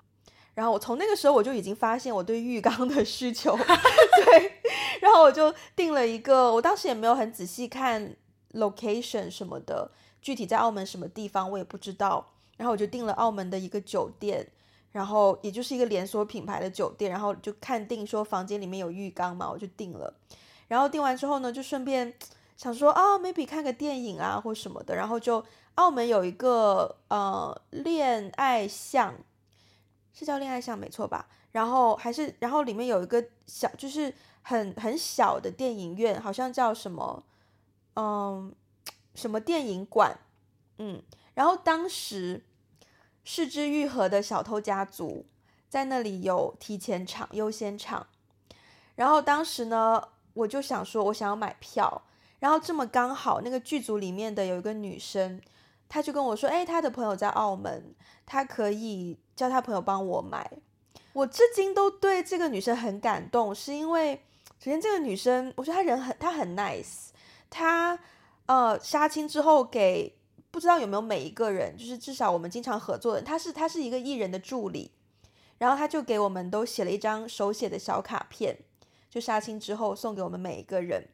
然后我从那个时候我就已经发现我对浴缸的需求， [laughs] 对，然后我就定了一个，我当时也没有很仔细看 location 什么的，具体在澳门什么地方我也不知道。然后我就订了澳门的一个酒店，然后也就是一个连锁品牌的酒店，然后就看定说房间里面有浴缸嘛，我就订了。然后订完之后呢，就顺便想说啊，maybe 看个电影啊或什么的，然后就澳门有一个呃恋爱巷，是叫恋爱巷没错吧？然后还是然后里面有一个小，就是很很小的电影院，好像叫什么嗯什么电影馆，嗯，然后当时。《失之愈合》的小偷家族在那里有提前场、优先场。然后当时呢，我就想说，我想要买票。然后这么刚好，那个剧组里面的有一个女生，她就跟我说，哎，她的朋友在澳门，她可以叫她朋友帮我买。我至今都对这个女生很感动，是因为首先这个女生，我觉得她人很，她很 nice，她呃杀青之后给不知道有没有每一个人，就是至少我们经常合作的人，她是她是一个艺人的助理，然后她就给我们都写了一张手写的小卡片，就杀青之后送给我们每一个人。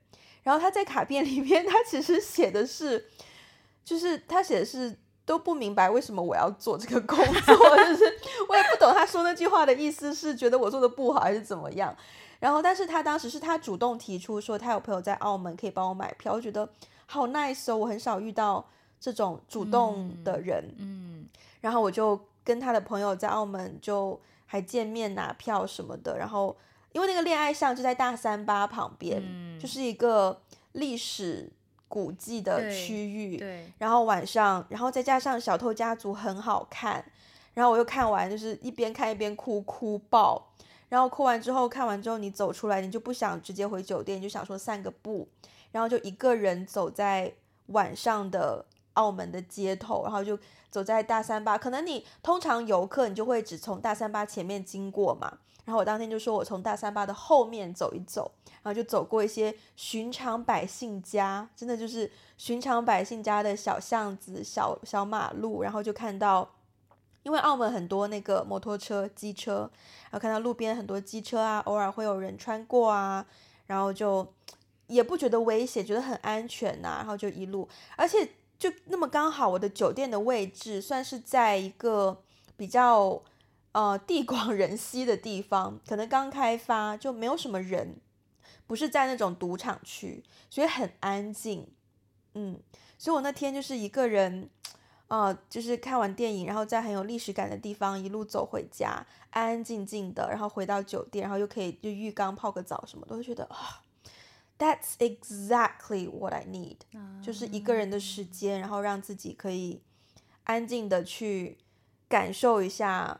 然后她在卡片里面，她其实写的是，就是她写的是都不明白为什么我要做这个工作，就是我也不懂他说那句话的意思是觉得我做的不好还是怎么样。然后，但是他当时是他主动提出说他有朋友在澳门可以帮我买票，我觉得好 nice 哦，我很少遇到这种主动的人。嗯，然后我就跟他的朋友在澳门就还见面拿票什么的。然后因为那个恋爱巷就在大三巴旁边，嗯就是一个历史古迹的对区域。对，然后晚上，然后再加上《小偷家族》很好看，然后我又看完，就是一边看一边哭，哭爆。然后哭完之后，看完之后你走出来，你就不想直接回酒店，你就想说散个步，然后就一个人走在晚上的澳门的街头，然后就走在大三巴。可能你通常游客你就会只从大三巴前面经过嘛，然后我当天就说我从大三巴的后面走一走，然后就走过一些寻常百姓家，真的就是寻常百姓家的小巷子、小小马路，然后就看到，因为澳门很多那个摩托车、机车，然后看到路边很多机车啊，偶尔会有人穿过啊，然后就也不觉得危险，觉得很安全呐、然后就一路，而且就那么刚好我的酒店的位置算是在一个比较。呃，地广人稀的地方，可能刚开发就没有什么人，不是在那种赌场区，所以很安静。嗯，所以我那天就是一个人，呃，就是看完电影，然后在很有历史感的地方一路走回家，安安静静的，然后回到酒店，然后又可以就浴缸泡个澡什么的，都会觉得啊、t h a t s exactly what I need，就是嗯一个人的时间，然后让自己可以安静的去感受一下，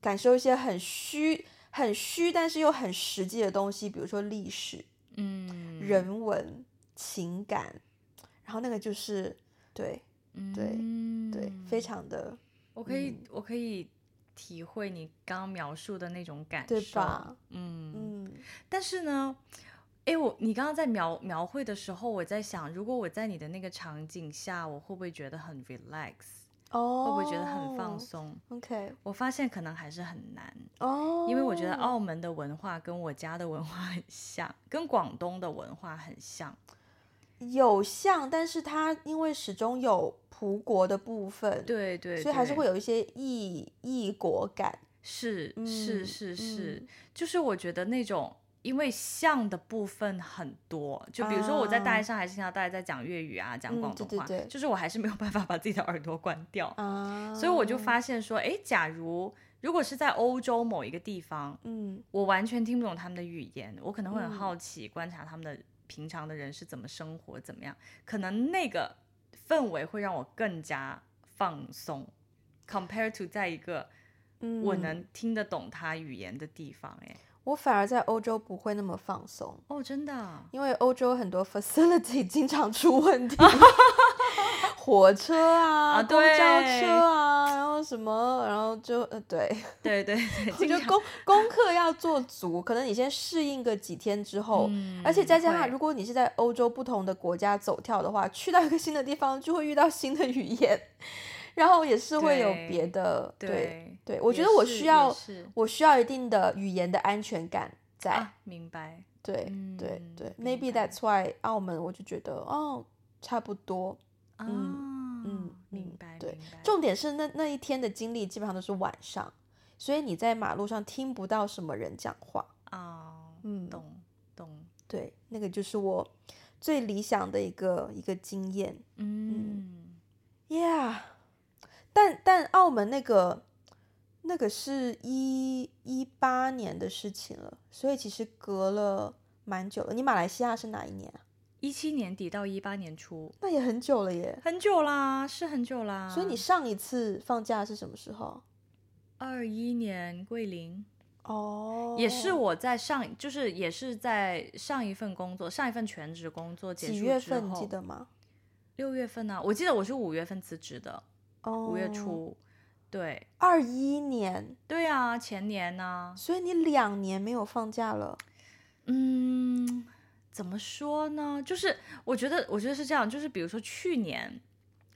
感受一些很虚、很虚，但是又很实际的东西，比如说历史、嗯，人文、情感，然后那个就是对对对，非嗯常的我可以嗯，我可以体会你刚刚描述的那种感受，对吧？啊嗯，嗯但是呢，诶，我你刚刚在描描绘的时候，我在想，如果我在你的那个场景下，我会不会觉得很 relax，、哦，会不会觉得很放松？ ？OK 我发现可能还是很难，哦，因为我觉得澳门的文化跟我家的文化很像，跟广东的文化很像。有像，但是它因为始终有葡国的部分，，对对，所以还是对会有一些异异国感。是是嗯是是，嗯就是我觉得那种因为像的部分很多，就比如说我在大啊一上还是听到大家在讲粤语啊，讲嗯广对东对话，对就是我还是没有办法把自己的耳朵关掉，啊，所以我就，发现说，诶，假如如果是在欧洲某一个地方，嗯我完全听不懂他们的语言，我可能会很嗯好奇观察他们的平常的人是怎么生活，怎么样，可能那个氛围会让我更加放松，compare to 在一个。嗯，我能听得懂他语言的地方、哎，我反而在欧洲不会那么放松，哦，真的啊、因为欧洲很多 [laughs] facility 经常出问题， [laughs] 火车啊，啊公交对车啊，然后什么，然后就呃，对， [laughs] 对对 [laughs] 对，我经觉得常功功课要做足，可能你先适应个几天之后，嗯而且再加上会如果你是在欧洲不同的国家走跳的话，去到一个新的地方就会遇到新的语言， [laughs] 然后也是会有对别的，对对对我也觉得我是需也要是我需要一定的语言的安全感在。啊，明白，对对嗯对明，maybe 白 that's why 澳门我就觉得哦差不多。啊，嗯明嗯白，对明白，重点是那那一天的经历基本上都是晚上，所以你在马路上听不到什么人讲话。啊，嗯，懂懂，对，那个就是我最理想的一个一个经验。嗯， Yeah，但但澳门那个那个是一一八年的事情了，所以其实隔了蛮久了。你马来西亚是哪一年啊？一七年底到一八年初，那也很久了耶。很久啦，是很久啦，所以你上一次放假是什么时候？二一年桂林，哦，也是我在上，就是也是在上一份工作，上一份全职工作结束几之月份你后记得吗？六月份呢、啊我记得我是五月份辞职的，哦，五月，初。对二一年，对啊，前年呢、所以你两年没有放假了。嗯，怎么说呢？就是我觉得，我觉得是这样，就是比如说去年，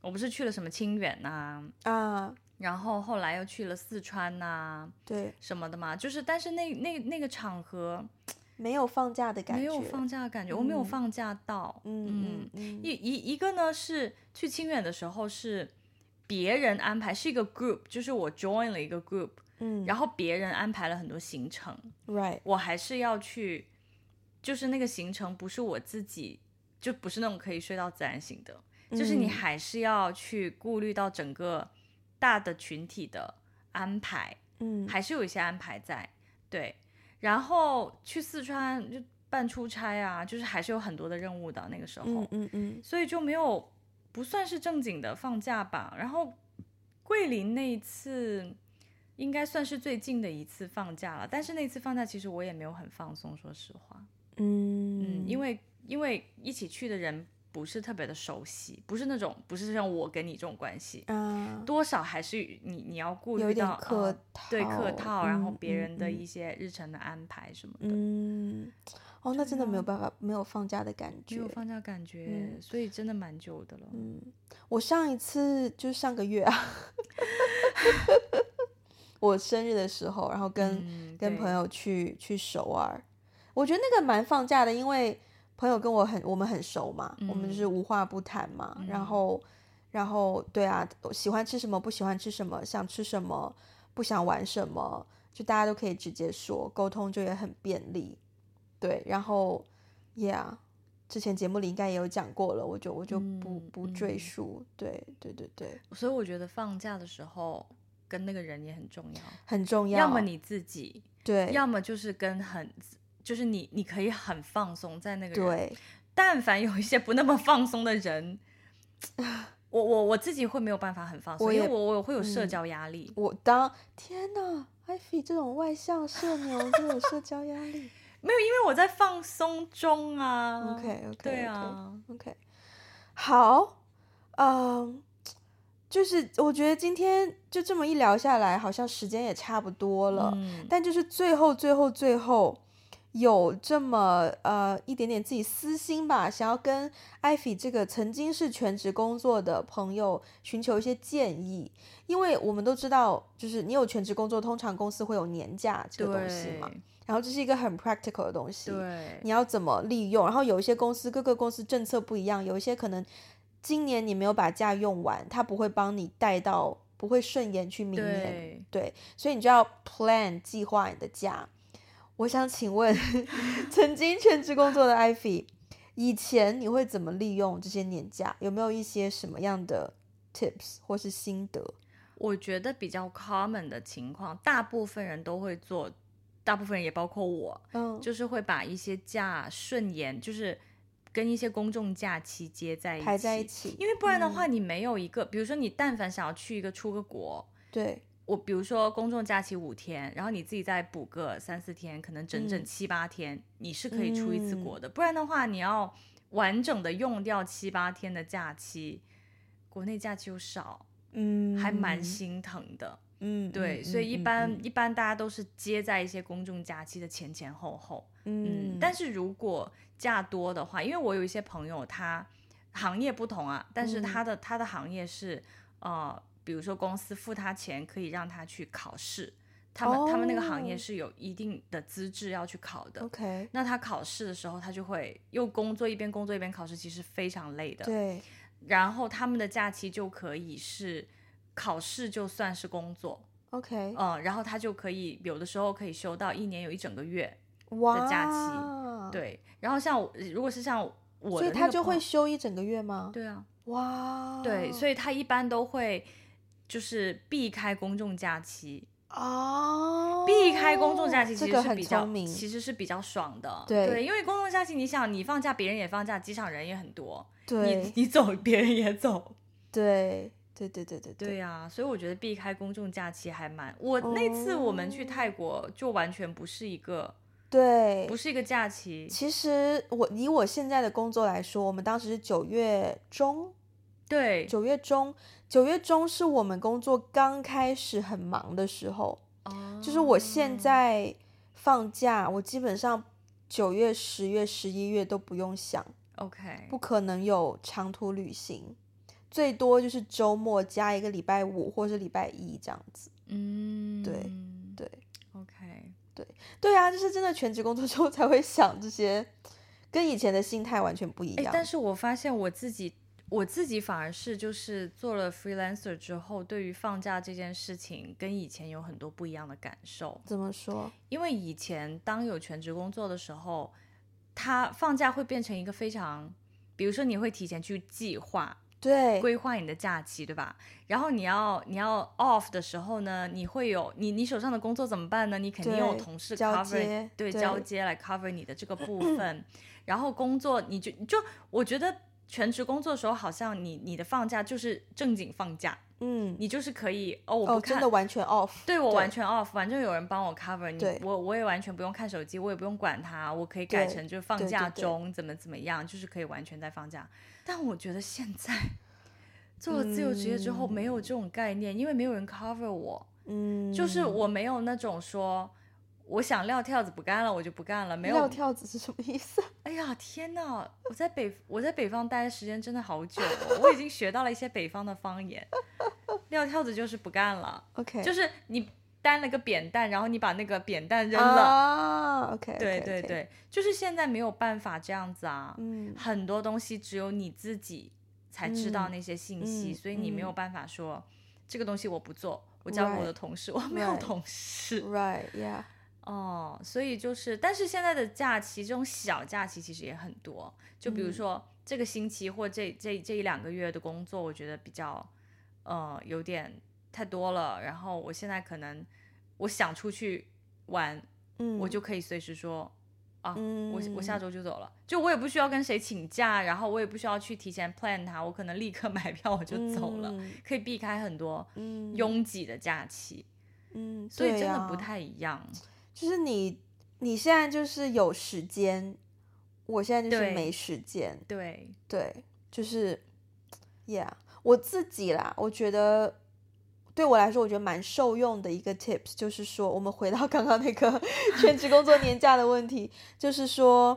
我不是去了什么清远呐、啊，然后后来又去了四川呐、对，什么的嘛，就是但是那那那个场合没有放假的感觉，没有放假的感觉，我没有嗯放假到，嗯，嗯嗯一一一个呢是去清远的时候是别人安排，是一个 group，就是我 join 了一个 group，嗯，然后后别人安排了很多行程， right，我还是要去，就是那个行程不是我自己，就不是那种可以睡到自然醒的，就是你嗯还是要去顾虑到整个大的群体的安排，嗯，还是有一些安排在，对。然后去四川就办出差啊，就是还是有很多的任务的那个时候，嗯嗯嗯，所以就没有不算是正经的放假吧。然后桂林那一次应该算是最近的一次放假了，但是那次放假其实我也没有很放松，说实话，嗯，嗯因为因为一起去的人不是特别的熟悉，不是那种不是像我跟你这种关系。啊，多少还是你你要顾有一虑点到客呃对客套套，然后嗯别嗯人的嗯一些日程的安排什么的，嗯，哦，那对真的没啊有办法，没有放假的感没觉有。放假感觉，嗯所以真的蛮久的了。嗯，我上一次就上个月啊， [laughs] 我生日的时候，然后跟、嗯跟朋对友去去首尔，我觉得那个蛮放假的，因为朋友跟我很我们很熟嘛，我们就是无话不谈嘛，然嗯后然后对啊，喜欢吃什么不喜欢吃什么，想吃什么不想玩什么，就大家都可以直接说，沟通就也很便利，对，然后 yeah。之前节目里应该也有讲过了，我就我就不嗯不赘嗯述。对对对对，所以我觉得放假的时候跟那个人也很重要，很重要。要么你自己，对要么就是跟很，就是你你可以很放松在那个人。对但凡有一些不那么放松的 [laughs] 人，我我我自己会没有办法很放松，我因也为我我会有社嗯交压力。我当天哪，艾菲这种外向社牛就有社交压 [laughs] 力。没有，因为我在放松中啊。 OK OK 对啊， OK，好，嗯，就是我觉得今天就这么一聊下来，好像时间也差不多了。嗯，但就是最后最后最后有这么呃一点点自己私心吧，想要跟艾菲这个曾经是全职工作的朋友寻求一些建议，因为我们都知道，就是你有全职工作，通常公司会有年假这个东西嘛，然后这是一个很 practical 的东西，对，你要怎么利用？然后有一些公司，各个公司政策不一样，有一些可能今年你没有把假用完，他不会帮你带到，不会顺延去明年。对对，所以你就要 plan 计划你的假。我想请问， [laughs] 曾经全职工作的艾菲，以前你会怎么利用这些年假？有没有一些什么样的 tips 或是心得？我觉得比较 common 的情况，大部分人都会做，大部分人也包括我，嗯，就是会把一些假顺延，就是跟一些公众假期接在一起，排在一起，嗯因为不然的话，你没有一个，比如说你但凡想要去一个出个国，对，我比如说公众假期五天，然后你自己再补个三四天，可能整整嗯七八天，你是可以出一次嗯国的。不然的话，你要完整的用掉七八天的假期，国内假期又少，嗯，还蛮心疼的。嗯，嗯，对，嗯所以一嗯般、嗯一般大家都是接在一些公众假期的前前后后。嗯，嗯，但是如果假多的话，因为我有一些朋友他行业不同啊，但是嗯他的、他的行业是呃，比如说公司付他钱可以让他去考试，他们、他们那个行业哦是有一定的资质要去考的。嗯 OK，那他考试的时候，他就会又工作一边工作一边考试，其实非常累的。对，然后他们的假期就可以是考试就算是工作， OK，嗯，然后他就可以有的时候可以休到一年有一整个月，哇，哦假期，对。然后像我如果是像我嗯所的那个朋友，以他就会休一整个月吗？对啊，哇，对，所以以他一般都会就是避开公众假期，哦，避开公众假期其这实个是很比较，聪明，其实是比较爽的，对因为公众假期你想你放假，别人也放假，机场人也很多，对 [laughs] 你你走别人也走，对对对对对对呀、所以我觉得避开公众假期还蛮……我那次我们去哦泰国就完全不是一个，对不是一个假期。其实我以我现在的工作来说，我们当时是九月中，对，九月中，九月中是我们工作刚开始很忙的时候，就是我现哦在放假，我基本上九月、十月、十一月都不用想， OK，不可能有长途旅行，最多就是周末加一个礼拜五或是礼拜一这样子。嗯，对对，OK，对啊，就是真的全职工作之后才会想这些，跟以前的心态完全不一哎样，。但是我发现我自己，我自己反而是就是做了 freelancer 之后，对于放假这件事情跟以前有很多不一样的感受。怎么说？因为以前当有全职工作的时候，他放假会变成一个非常，比如说你会提前去计划，对，规划你的假期，对吧？然后你要你要 off 的时候呢，你会有你你手上的工作怎么办呢？你肯定有对同事交 cover，接对对交接来 cover 你的这个部 [clears throat] 分。然后工作你就就我觉得全职工作的时候，好像你你的放假就是正经放假，嗯，你就是可以哦，我不哦，看。真的完全 off。对我对完全 off，反正有人帮我 cover 你对，我我也完全不用看手机，我也不用管它，我可以改对成就是放对对假对中怎么怎么样，就是可以完全在放假。但我觉得现在做了自由职业之后，没有这种概念，因为没有人 cover 我，嗯，就是我没有那种说我想撂跳子不干了，我就不干了，没撂有。跳子是什么意思？哎呀，天呐，我在北我在北方待的时间真的好久、哦，我已经学到了一些北方的方言。 [laughs] 撂跳子就是不干了。 OK， [laughs] 就是是你担了个扁担，然后你把那个扁担扔了。啊，OK，对对，对，就是现在没有办法这样子啊，嗯很多东西只有你自己才知道那些信息，嗯所以你没有嗯办法说、这个东西我不做，我交给我的 Right，同事，我没有 right 同事。 ，Right，Yeah，哦，所以就是，但是现在的假期，这种小假期其实也很多。就比如嗯说、这个星期或这这这一两个月的工作，我觉得比较，呃，有点太多了。然后我现在可能我想出去玩，嗯，我就可以随时说啊，嗯，我我下周就走了，就我也不需要跟谁请假，然后我也不需要去提前 plan 它，我可能立刻 [laughs] 买票我就走了，嗯可以避开很多嗯，拥挤的假期，嗯，所以对真的啊不，太一样。就是你你现在就是有时间，我现在就是对没时间，对，对，就是，Yeah，我自己啦，我觉得。对我来说，我觉得蛮受用的一个 tips 就是说，我们回到刚刚那个 [laughs] 全职工作年假的问题，就是说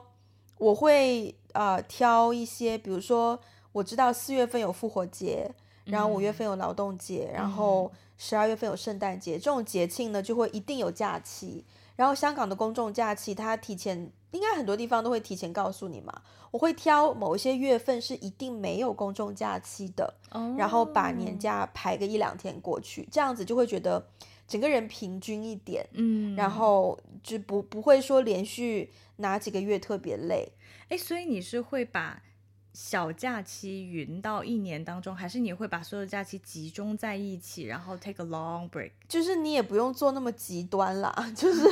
我会呃挑一些，比如说我知道四月份有复活节，然后五月嗯份有劳动节，然后十二月份有圣诞节，这种节庆呢就会一定有假期。然后香港的公众假期，它提前应该很多地方都会提前告诉你嘛。我会挑某一些月份是一定没有公众假期的，然后把年哦，假排个一两天过去，这样子就会觉得整个人平均一点，嗯，然后就不不会说连续哪几个月特别累。哎，所以你是会把小假期匀到一年当中，还是你会把所有假期集中在一起，然后 take a long break？就是你也不用做那么极端啦， [laughs] 就是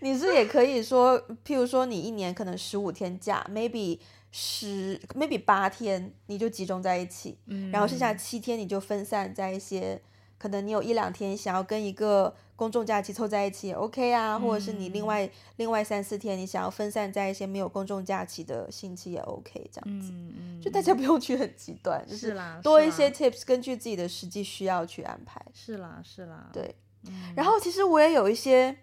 你是也可以说，譬如说你一年可能十五天假，maybe 十 maybe 八天你就集中在一起，嗯然后剩下七天你就分散在一些，可能你有一两天想要跟一个公众假期凑在一起也，OK 啊，或者是你嗯另外、另外三四天你想要分散在一些没有公众假期的星期也 OK，这样子，嗯嗯，就大家不用去很极端，就是啦，多是一些啦 tips，根据自己的实际需要去安排。是啦是啦，对嗯，然后其实我也有一些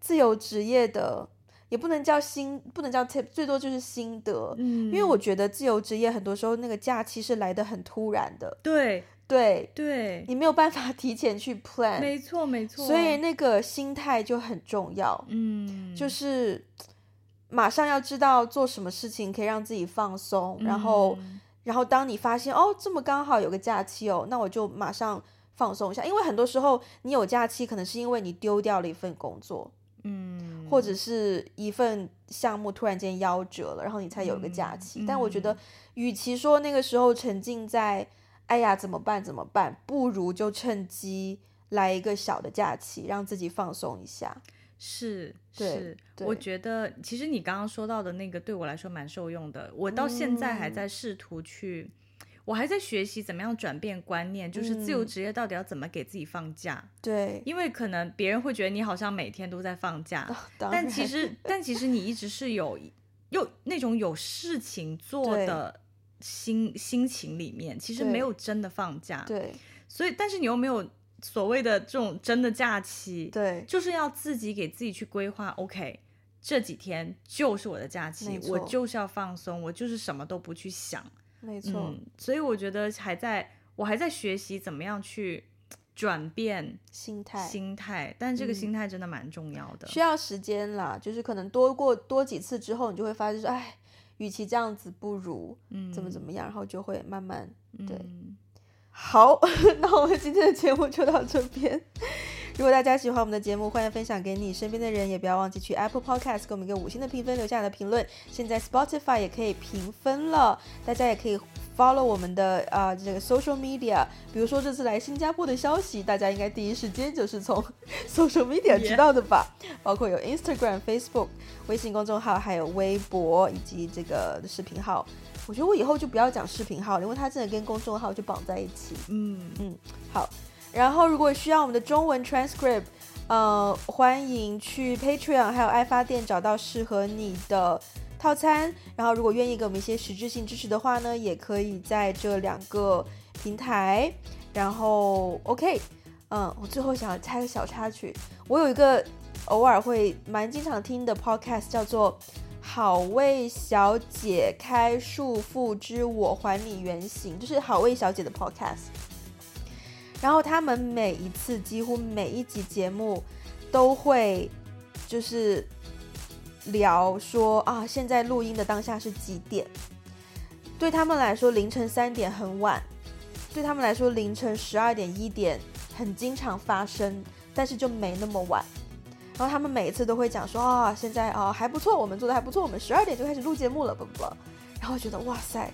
自由职业的，也不能叫心，不能叫 tip，最多就是心得。嗯，因为我觉得自由职业很多时候那个假期是来的很突然的，对对对，你没有办法 [laughs] 提前去 plan，没错没错，所以那个心态就很重要，嗯，就是马上要知道做什么事情可以让自己放松，然后嗯然后当你发现哦，这么刚好有个假期哦，那我就马上放松一下，因为很多时候你有假期，可能是因为你丢掉了一份工作，嗯，或者是一份项目突然间夭折了，然后你才有一个假嗯期。但我觉嗯得，与其说那个时候沉浸在哎呀怎么办怎么办，不如就趁机来一个小的假期，让自己放松一下。是对是，我对觉得其实嗯你刚刚说到的那个对我来说蛮受用的，我到现在还在试图去，我还在学习怎么样转变观念，就是自由嗯职业到底要怎么给自己放假，对，因为可能别人会觉得你好像每天都在放假，啊当但然其实，但其实你一直是有有那种有事情做对的心心情里面，其实没对有真的放假。，对所以但是你又没有所谓的这种真的假期，对就是要自己给自己去规划。OK，这几天就是我的假期没，我错就是要放松，我就是什么都不去想。没错，嗯，所以我觉得还在我还在学习怎么样去转变心态心态，但这个嗯心态真的蛮重要的。需要时间啦，就是可能多过多几次之后，你就会发现说，哎，与其这样子，不如嗯，怎么怎么样，然后就会慢慢对嗯好， [laughs] 那我们今天的节目就到这边。如果大家喜欢我们的节目，欢迎分享给你身边的人，也不要忘记去 Apple Podcast 给我们一个五星的评分，留下你的评论。现在 Spotify 也可以评分了，大家也可以 follow 我们的啊、呃这个 social media。比如说这次来新加坡的消息，大家应该第一时间就是从 [laughs] social media 知道的吧包括有 Instagram、Facebook、微信公众号，还有微博以及这个视频号。我觉得我以后就不要讲视频号了，因为它真的跟公众号就绑在一起。嗯，好，然后如果需要我们的中文 transcript，呃，欢迎去 Patreon 还有爱发电找到适合你的套餐。然后如果愿意给我们一些实质性支持的话呢，也可以在这两个平台。然后 OK，嗯，我最后想插个小插曲，我有一个偶尔会蛮经常听的 podcast 叫做。好味小姐开束缚之我还你原形，就是好味小姐的 podcast。然后他们每一次几乎每一集节目都会就是聊说啊，现在录音的当下是几点？对他们来说，凌晨三点很晚；对他们来说，凌晨十二点、一点很经常发生，但是就没那么晚。然后他们每一次都会讲说啊，现在啊还不错，我们做的还不错，我们十二点就开始录节目了，不不不。然后觉得哇塞，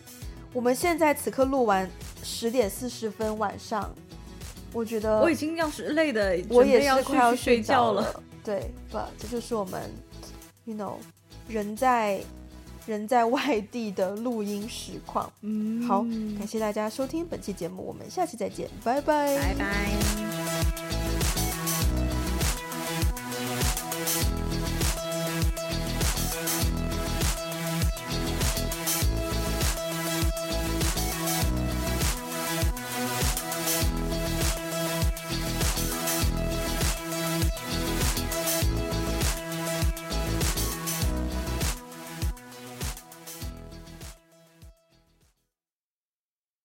我们现在此刻录完十点四十分晚上，我觉得我已经要是累的，呃我准备也要是去快要去睡着觉了。了。对，不，这就是我们，you know，人在人在外地的录音实况。嗯好，感谢大家收听本期节目，我们下期再见，拜拜。拜拜。